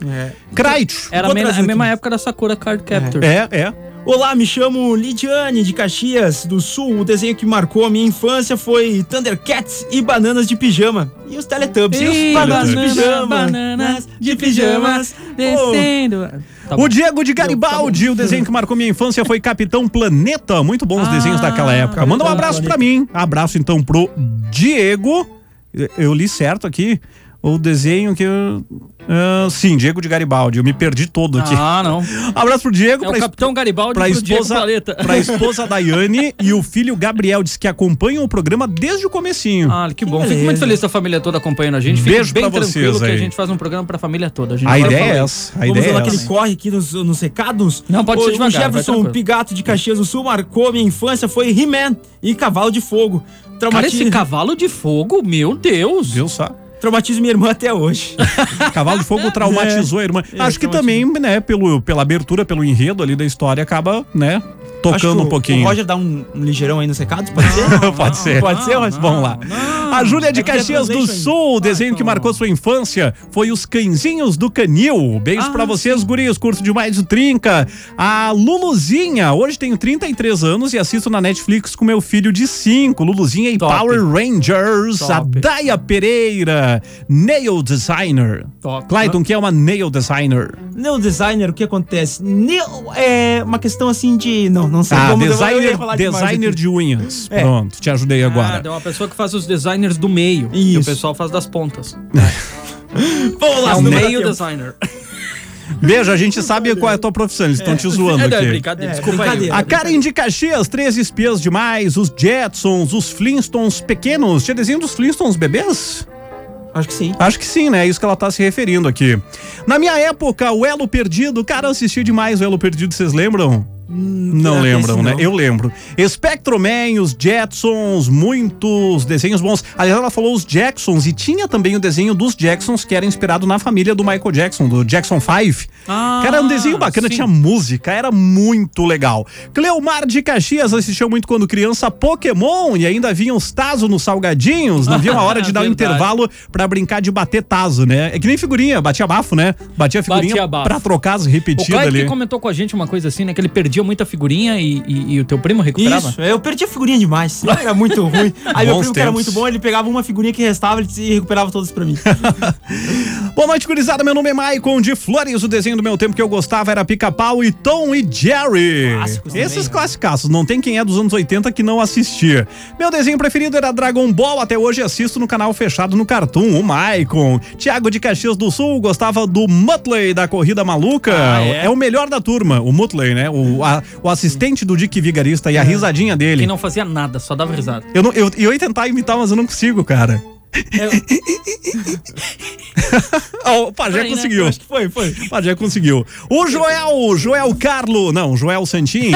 S2: É.
S1: Krayt.
S3: Era a
S2: Vou
S3: mesma-
S2: trazer
S3: a mesma
S2: aqui.
S3: época da Sakura Card Captor.
S1: É, é.
S2: Olá, me chamo Lidiane de Caxias do Sul. O desenho que marcou a minha infância foi Thundercats e Bananas de Pijama. E os Teletubbies.
S3: E
S2: os Bananas
S3: banana-
S2: de Pijama. Né?
S3: bananas de pijamas
S2: Oh,
S3: descendo. Tá bom. tá
S1: o Diego de Garibaldi, o desenho que marcou minha infância foi Capitão Planeta. Muito bons
S3: Ah,
S1: os desenhos daquela época. Manda um
S3: Capitão
S1: abraço pra mim. Abraço então pro Diego. Eu li certo aqui. o desenho que. eu- Ah, sim, Diego de Garibaldi. Eu me perdi todo aqui.
S3: Ah, não.
S1: Abraço pro Diego.
S3: É o Capitão Garibaldi
S1: pra
S3: pro Diego
S1: esposa,
S3: Paleta.
S1: pra esposa Daiane e o filho Gabriel. Diz que acompanham o programa desde o comecinho.
S3: Ah, que bom. Fico muito feliz da família toda acompanhando a gente. Fico
S1: Beijo
S3: bem
S1: pra vocês
S3: tranquilo que a
S1: aí.
S3: gente faz um programa pra família toda. gente um
S1: A
S3: vai
S1: ideia
S3: falar
S1: é
S3: isso.
S1: essa. A
S2: Vamos
S1: ideia
S2: lá
S1: é
S2: que ele
S1: essa.
S2: corre aqui nos, nos recados.
S3: Não, pode ser
S2: O-
S3: devagar,
S2: O
S3: vai
S2: Jefferson
S3: tranquilo.
S2: Pigato de Caxias do Sul marcou minha infância, foi He-Man e Cavalo de Fogo.
S3: Cara,
S2: Traumatiza,
S3: esse cavalo de fogo, meu Deus.
S1: Deus sabe.
S2: traumatiza minha irmã até hoje.
S1: Cavalo de
S2: É.
S1: Fogo traumatizou a irmã. Acho que também, né, pelo, pela abertura, pelo enredo ali da história, acaba, né,
S2: Acho que
S1: tocando
S2: o-
S1: um pouquinho.
S2: O Roger dá um, um ligeirão aí nos recados, pode ser?
S1: pode ser.
S2: Pode ser, Roger?
S1: Vamos lá. A Júlia
S3: É
S2: É
S1: de Caxias do Sul, o desenho que marcou sua infância foi Os Cãezinhos do Canil. Beijo pra vocês, gurias, curso de mais de trinca. A Luluzinha, hoje tenho 33 anos e assisto na Netflix com meu filho de 5, Luluzinha e Power Rangers. A
S3: Top.
S1: Daya Pereira, nail designer.
S3: Top.
S1: Clayton, que é uma nail designer?
S2: Neo designer, o que acontece? Neo é uma questão assim de. Não, não sei
S1: Ah,
S2: como eu- eu ia
S1: designer,
S2: falar demais
S1: designer
S2: aqui.
S1: de unhas.
S2: É.
S1: Pronto, te ajudei
S3: Ah,
S1: agora.
S3: é uma pessoa que faz os designers do meio. E o pessoal faz das pontas.
S2: Vamos lá,
S3: é o
S2: senão não dá
S3: meio
S2: tempo.
S3: designer.
S1: Beijo, a gente sabe qual é a tua profissão, eles estão te zoando
S3: É, não, é
S1: aqui.
S3: brincadeira, É, desculpa aí. brincadeira,
S1: A Karen de Caxias, três espias demais, os Jetsons, os Flintstones pequenos. Tinha desenho dos Flintstones bebês?
S2: Acho que sim.
S1: Acho que sim, né? É isso que ela tá se referindo aqui. Na minha época, o Elo Perdido, cara, eu assisti demais o Elo Perdido, vocês lembram? Não
S2: ah,
S1: lembram,
S2: esse
S1: né?
S2: não.
S1: Eu lembro. Spectroman, os Jetsons, muitos desenhos bons. Aliás, ela falou os Jacksons e tinha também o desenho dos Jacksons que era inspirado na família do Michael Jackson, do Jackson 5.
S3: Ah,
S1: Cara, era um desenho bacana,
S3: sim.
S1: tinha música, era muito legal. Cleomar de Caxias assistiu muito quando criança Pokémon e ainda vinha os Tazo nos salgadinhos. Não viam a hora de dar o
S3: Verdade.
S1: intervalo pra brincar de bater Tazo, né? É que nem figurinha, batia bafo, né? Batia figurinha
S3: Batia bafo.
S1: pra trocar as
S3: O
S1: repetidas
S3: Clyde que
S1: ali.
S3: comentou com a gente uma coisa assim, né? Que ele perdia muita figurinha e, e- e o teu primo recuperava.
S2: Isso, eu perdi a figurinha demais. Eu era muito ruim. Aí meu
S1: Bons
S2: primo que era
S1: tempos.
S2: muito bom, ele pegava uma figurinha que restava ele- e recuperava todas pra mim.
S1: Boa noite, gurizada. Meu nome é Maicon de Flores. O desenho do meu tempo que eu gostava era Pica-Pau e Tom e Jerry.
S2: Clássicos também,
S1: Esses
S2: né?
S1: classicaços. Não tem quem é dos anos 80 que não assistia. Meu desenho preferido era Dragon Ball. Até hoje assisto no canal fechado no Cartoon, o Maicon. Tiago de Caxias do Sul gostava do Mutley da Corrida Maluca.
S2: Ah,
S1: é?
S2: é?
S1: o melhor da turma, o Mutley, né? O, a- o assistente do Dick Vigarista e
S2: É.
S1: a risadinha
S3: Que
S1: dele.
S3: não fazia nada, só dava risada.
S1: Eu, não, eu, eu ia tentar imitar, mas eu não consigo, cara. Ó, o Pajé
S3: Foi, né?
S1: conseguiu.
S2: Acho que foi, foi.
S1: Pajé conseguiu. O Joel, Joel Carlo, não, Joel Santin.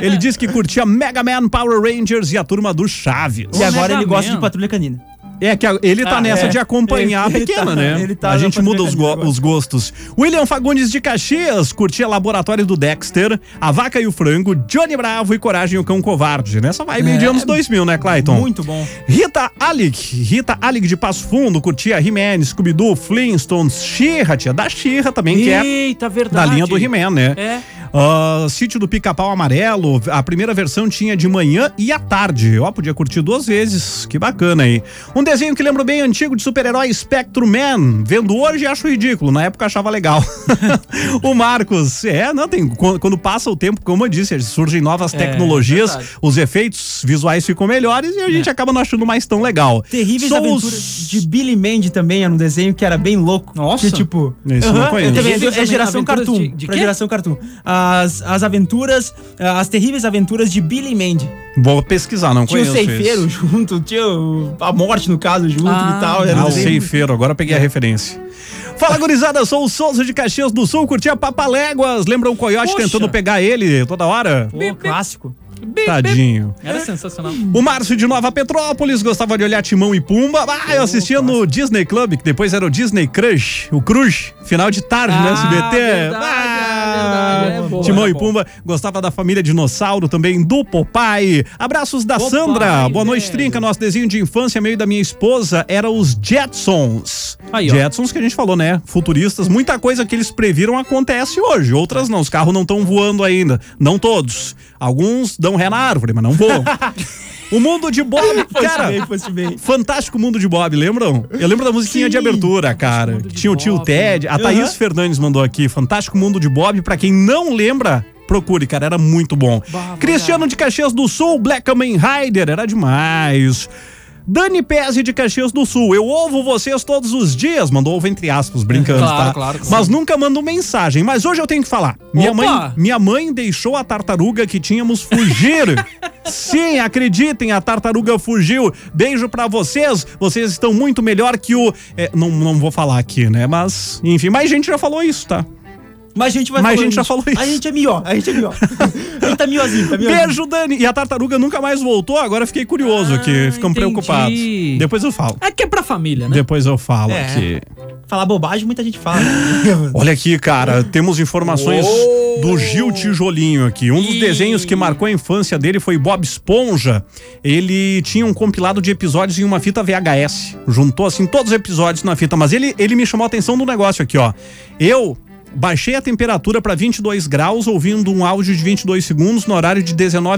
S1: ele disse que curtia Mega Man, Power Rangers e a turma do Chaves.
S2: E agora ele
S3: Mega
S2: gosta
S3: Man.
S2: de patrulha canina.
S1: É que a- ele tá
S3: Ah,
S1: nessa
S3: é.
S1: de acompanhar
S2: Ele-
S1: a pequena,
S2: ele tá-
S1: né?
S2: ele tá
S1: a
S2: na
S1: gente muda os, go-
S2: patrulha
S1: os gostos. William Fagundes de Caxias curtia Laboratório do Dexter, A Vaca e o Frango, Johnny Bravo e Coragem e o Cão Covarde. Nessa vibe de anos 2000, né, Clayton?
S2: Muito bom.
S1: Rita Alick, Rita Alick de Passo Fundo, curtia He-Man, Scooby-Doo, Flintstones, She-Ra, tia da She-Ra também, que é
S3: Eita,
S1: da
S3: verdade.
S1: linha do He-Man, né?
S3: É.
S1: Ah, Sítio do Pica-Pau Amarelo, a primeira versão tinha de manhã e à tarde. Ó, podia curtir duas vezes, que bacana aí. Um desenho que lembro bem antigo de super-herói Spectrum Man. Vendo hoje acho ridículo, na época achava legal. o Marcos, é, não tem. Quando quando passa o tempo, como eu disse, surgem novas
S3: É,
S1: tecnologias,
S3: verdade.
S1: os efeitos visuais ficam melhores e a gente acaba não achando mais tão legal.
S2: É. Terríveis
S1: Sou
S2: Aventuras de Billy Mandy também era um desenho que era bem louco.
S3: Nossa.
S2: Que, tipo,
S1: Esse eu não
S2: aham,
S1: conheço.
S2: eu também-
S3: Terríveis
S2: é geração
S3: Aventuras
S2: cartoon.
S3: de- de
S2: pra
S3: quê?
S2: geração cartoon. As, as aventuras, ah, as terríveis aventuras de Billy Mandy.
S1: Vou pesquisar, não
S2: Tinha o
S1: conheço. esse.
S2: ceifeiro junto, tinha o- a morte no caso junto
S3: Ah,
S2: e tal.
S1: Ah, o
S2: um desenho-
S1: ceifeiro, agora peguei a referência. Fala, gurizada, sou o Souza de Caxias do Sul, curtia Papaléguas. Lembra o coiote
S3: Poxa.
S1: tentando pegar ele toda hora?
S2: Pô, clássico.
S1: Tadinho.
S3: Era sensacional.
S1: O Márcio de Nova Petrópolis gostava de olhar Timão e Pumba. Ah, eu assistia no Disney Club, que depois era o Disney Crush, o Crush, final de tarde no
S3: Ah,
S1: SBT.
S3: verdade, é verdade, é boa.
S1: Timão e
S3: Tá bom.
S1: Pumba gostava da família Dinossauro também, do Popeye. Abraços da
S3: Popeye,
S1: Sandra. Boa noite,
S3: velho.
S1: Trinca. Nosso desenho de infância, meio da minha esposa, era os Jetsons.
S3: Aí, ó.
S1: Jetsons que a gente falou, né? Futuristas. Muita coisa que eles previram acontece hoje. Outras não. Os carros não estão voando ainda. Não todos. Alguns dão ré na árvore, mas não voam. O mundo de Bob, cara.
S2: Bem, fosse bem.
S1: Fantástico Mundo de Bob, lembram? Eu lembro da musiquinha de
S2: Sim.
S1: abertura, cara.
S3: Mundo de
S1: Que tinha o tio
S3: Bob.
S1: Ted. A
S2: Aham.
S1: Thaís Fernandes mandou aqui. Fantástico Mundo de Bob. Pra quem não lembra, procure, cara. Era muito bom.
S3: Bah,
S1: Cristiano de Caxias do Sul, Black Man Rider. Era demais. Dani Pese de Caxias do Sul, eu ouvo vocês todos os dias. Mandou ovo entre aspas, brincando,
S3: Claro,
S1: tá?
S3: claro, claro.
S1: Mas nunca mandou mensagem. Mas hoje eu tenho que falar. Minha
S3: Opa!
S1: mãe, minha mãe deixou a tartaruga que tínhamos fugir. Sim, acreditem, a tartaruga fugiu. Beijo pra vocês. Vocês estão muito melhor que o. é, não, não vou falar aqui, né? Mas, enfim, mais gente já falou isso, tá?
S2: Mas a gente
S1: Mas a gente já falou isso.
S2: A gente é melhor, a gente é melhor. a gente tá miozinho, tá miozinho.
S1: Beijo, Dani. E a tartaruga nunca mais voltou. Agora eu fiquei curioso aqui. Ficamos preocupados. Depois eu falo.
S3: É que é pra família, né?
S1: Depois eu falo
S2: É.
S1: aqui.
S2: Falar bobagem, muita gente fala.
S1: Olha aqui, cara, temos informações do Gil Tijolinho aqui. Um dos desenhos que marcou a infância dele foi Bob Esponja. Ele tinha um compilado de episódios em uma fita VHS. Juntou, assim, todos os episódios na fita. Mas ele, ele me chamou a atenção do negócio aqui, ó. Eu baixei a temperatura para 22 graus, ouvindo um áudio de 22 segundos no horário de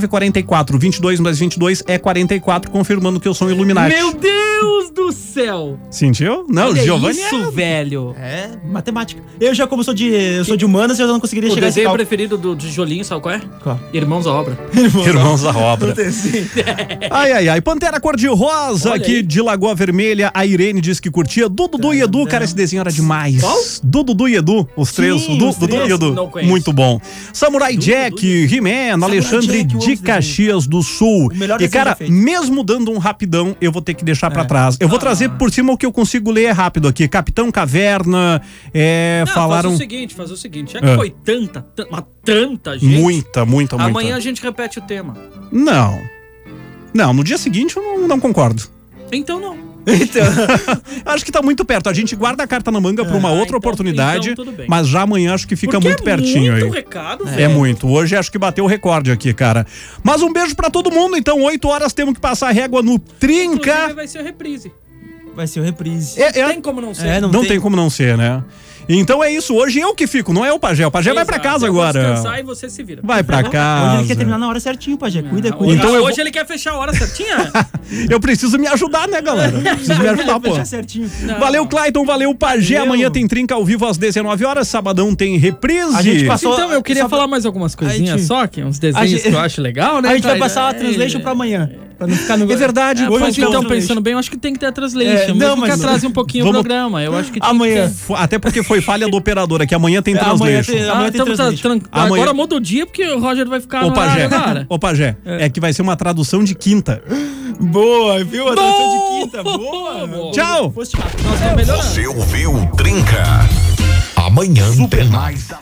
S1: 19h44. 22 mais 22 é 44, confirmando que eu sou um Illuminati.
S3: Meu Deus do céu!
S1: Sentiu? Não,
S3: Olha
S1: Giovanni
S3: isso,
S1: é-
S3: velho.
S2: É, matemática. Eu já, como eu sou de, eu sou de humanas, eu não conseguiria
S3: O
S2: chegar a esse
S3: desenho
S2: cálculo.
S3: preferido do, do Jolinho, sabe qual é?
S2: Qual?
S3: Irmãos à Obra.
S1: Irmãos da obra.
S2: Sim.
S1: Ai, ai, ai. Pantera cor-de-rosa
S3: Olha
S1: aqui
S3: aí.
S1: de Lagoa Vermelha. A Irene disse que curtia. Dudu, Dudu e Edu. Cara, esse desenho era demais.
S3: Qual?
S1: Dudu, Dudu e Edu. Os três.
S3: Sim,
S1: Dudu,
S3: os
S1: Dudu
S3: três.
S1: e Edu.
S3: Não conheço.
S1: Muito bom. Samurai Jack, He-Man, Alexandre
S2: Jack, eu amo
S1: de
S2: esse desenho.
S1: Caxias do Sul.
S2: melhor
S1: E,
S2: desenho já
S1: cara,
S2: feito.
S1: mesmo dando um rapidão, eu vou ter que deixar
S3: É.
S1: pra trás.
S3: Ah.
S1: Eu vou trazer por cima o que eu consigo ler rápido aqui. Capitão Caverna. É,
S3: Não,
S1: falaram
S3: Faz o seguinte, faz o seguinte. Já que
S1: Ah.
S3: foi tanta, tan- mas tanta gente.
S1: muita, muita, muita.
S3: Amanhã a gente repete o tema.
S1: Não. Não, no dia seguinte eu não- não concordo.
S3: Então não.
S2: Então,
S1: Acho que tá muito perto. A gente guarda a carta na manga pra uma outra oportunidade,
S3: Ah, então tudo bem.
S1: mas já amanhã acho que fica
S3: Porque
S1: muito
S3: é
S1: pertinho
S3: muito
S1: aí.
S3: recado,
S1: É
S3: velho.
S1: muito. Hoje acho que bateu o recorde aqui, cara. Mas um beijo pra todo mundo. Então, 8 horas temos que passar a régua no
S3: Inclusive,
S1: Trinca.
S3: vai ser reprise.
S2: vai ser o reprise.
S1: É, é-
S3: Tem como não ser.
S2: É,
S1: não, tem. como não ser, né? Então é isso. Hoje eu que fico, não é o Pajé. O Pajé vai pra
S3: Exato,
S1: casa
S3: eu vou
S1: agora.
S3: descansar e você se vira. Ah,
S1: Vai pra
S2: Hoje ele quer
S1: casa.
S2: terminar na hora certinho, Pajé. Cuida,
S3: Hoje,
S2: cuida.
S1: Então eu
S3: hoje ele quer fechar a hora certinha?
S1: Eu preciso me ajudar, né, galera? Preciso me ajudar, pô.
S2: Fechar certinho.
S1: Valeu, Clayton. Valeu, Pajé.
S2: Valeu.
S1: Amanhã tem Trinca ao vivo às 19 horas. Sabadão tem reprise.
S2: A gente passou-
S3: então, eu queria
S2: só pra-
S3: falar mais algumas coisinhas
S2: gente-
S3: só, que uns desenhos
S2: gente-
S3: que eu acho legal, né?
S2: A gente vai
S3: Então,
S2: passar a
S3: é-
S2: translation pra amanhã. Pra não ficar no.
S1: É verdade.
S3: É,
S1: Hoje
S3: mas
S1: não
S3: então,
S1: tem-
S3: pensando bem, eu acho que tem que ter a translation.
S2: É, não,
S3: mesmo
S2: mas
S3: que
S2: não.
S3: atrase um pouquinho
S1: Vamos-
S3: o programa. Eu acho que tem
S2: Amanhã.
S3: que ter.
S1: Fo- Até porque foi falha do operador aqui. Amanhã tem
S2: É, Amanhã
S1: translation.
S2: tem-
S3: Ah,
S2: amanhã tem
S3: então tá,
S2: translation.
S3: tran-
S1: Amanhã-
S3: Agora muda o dia, porque o Roger vai ficar né,
S1: Ô,
S3: no
S1: Pajé.
S3: horário agora.
S1: Ô, Pajé. É. que vai ser uma tradução de quinta.
S2: Boa, viu? A tradução de quinta.
S3: Boa,
S2: Boa.
S3: boa.
S1: Tchau.
S2: Fosse rápido.
S3: Nós tá melhorando.
S8: Você ouviu Trinca. Amanhã tem mais.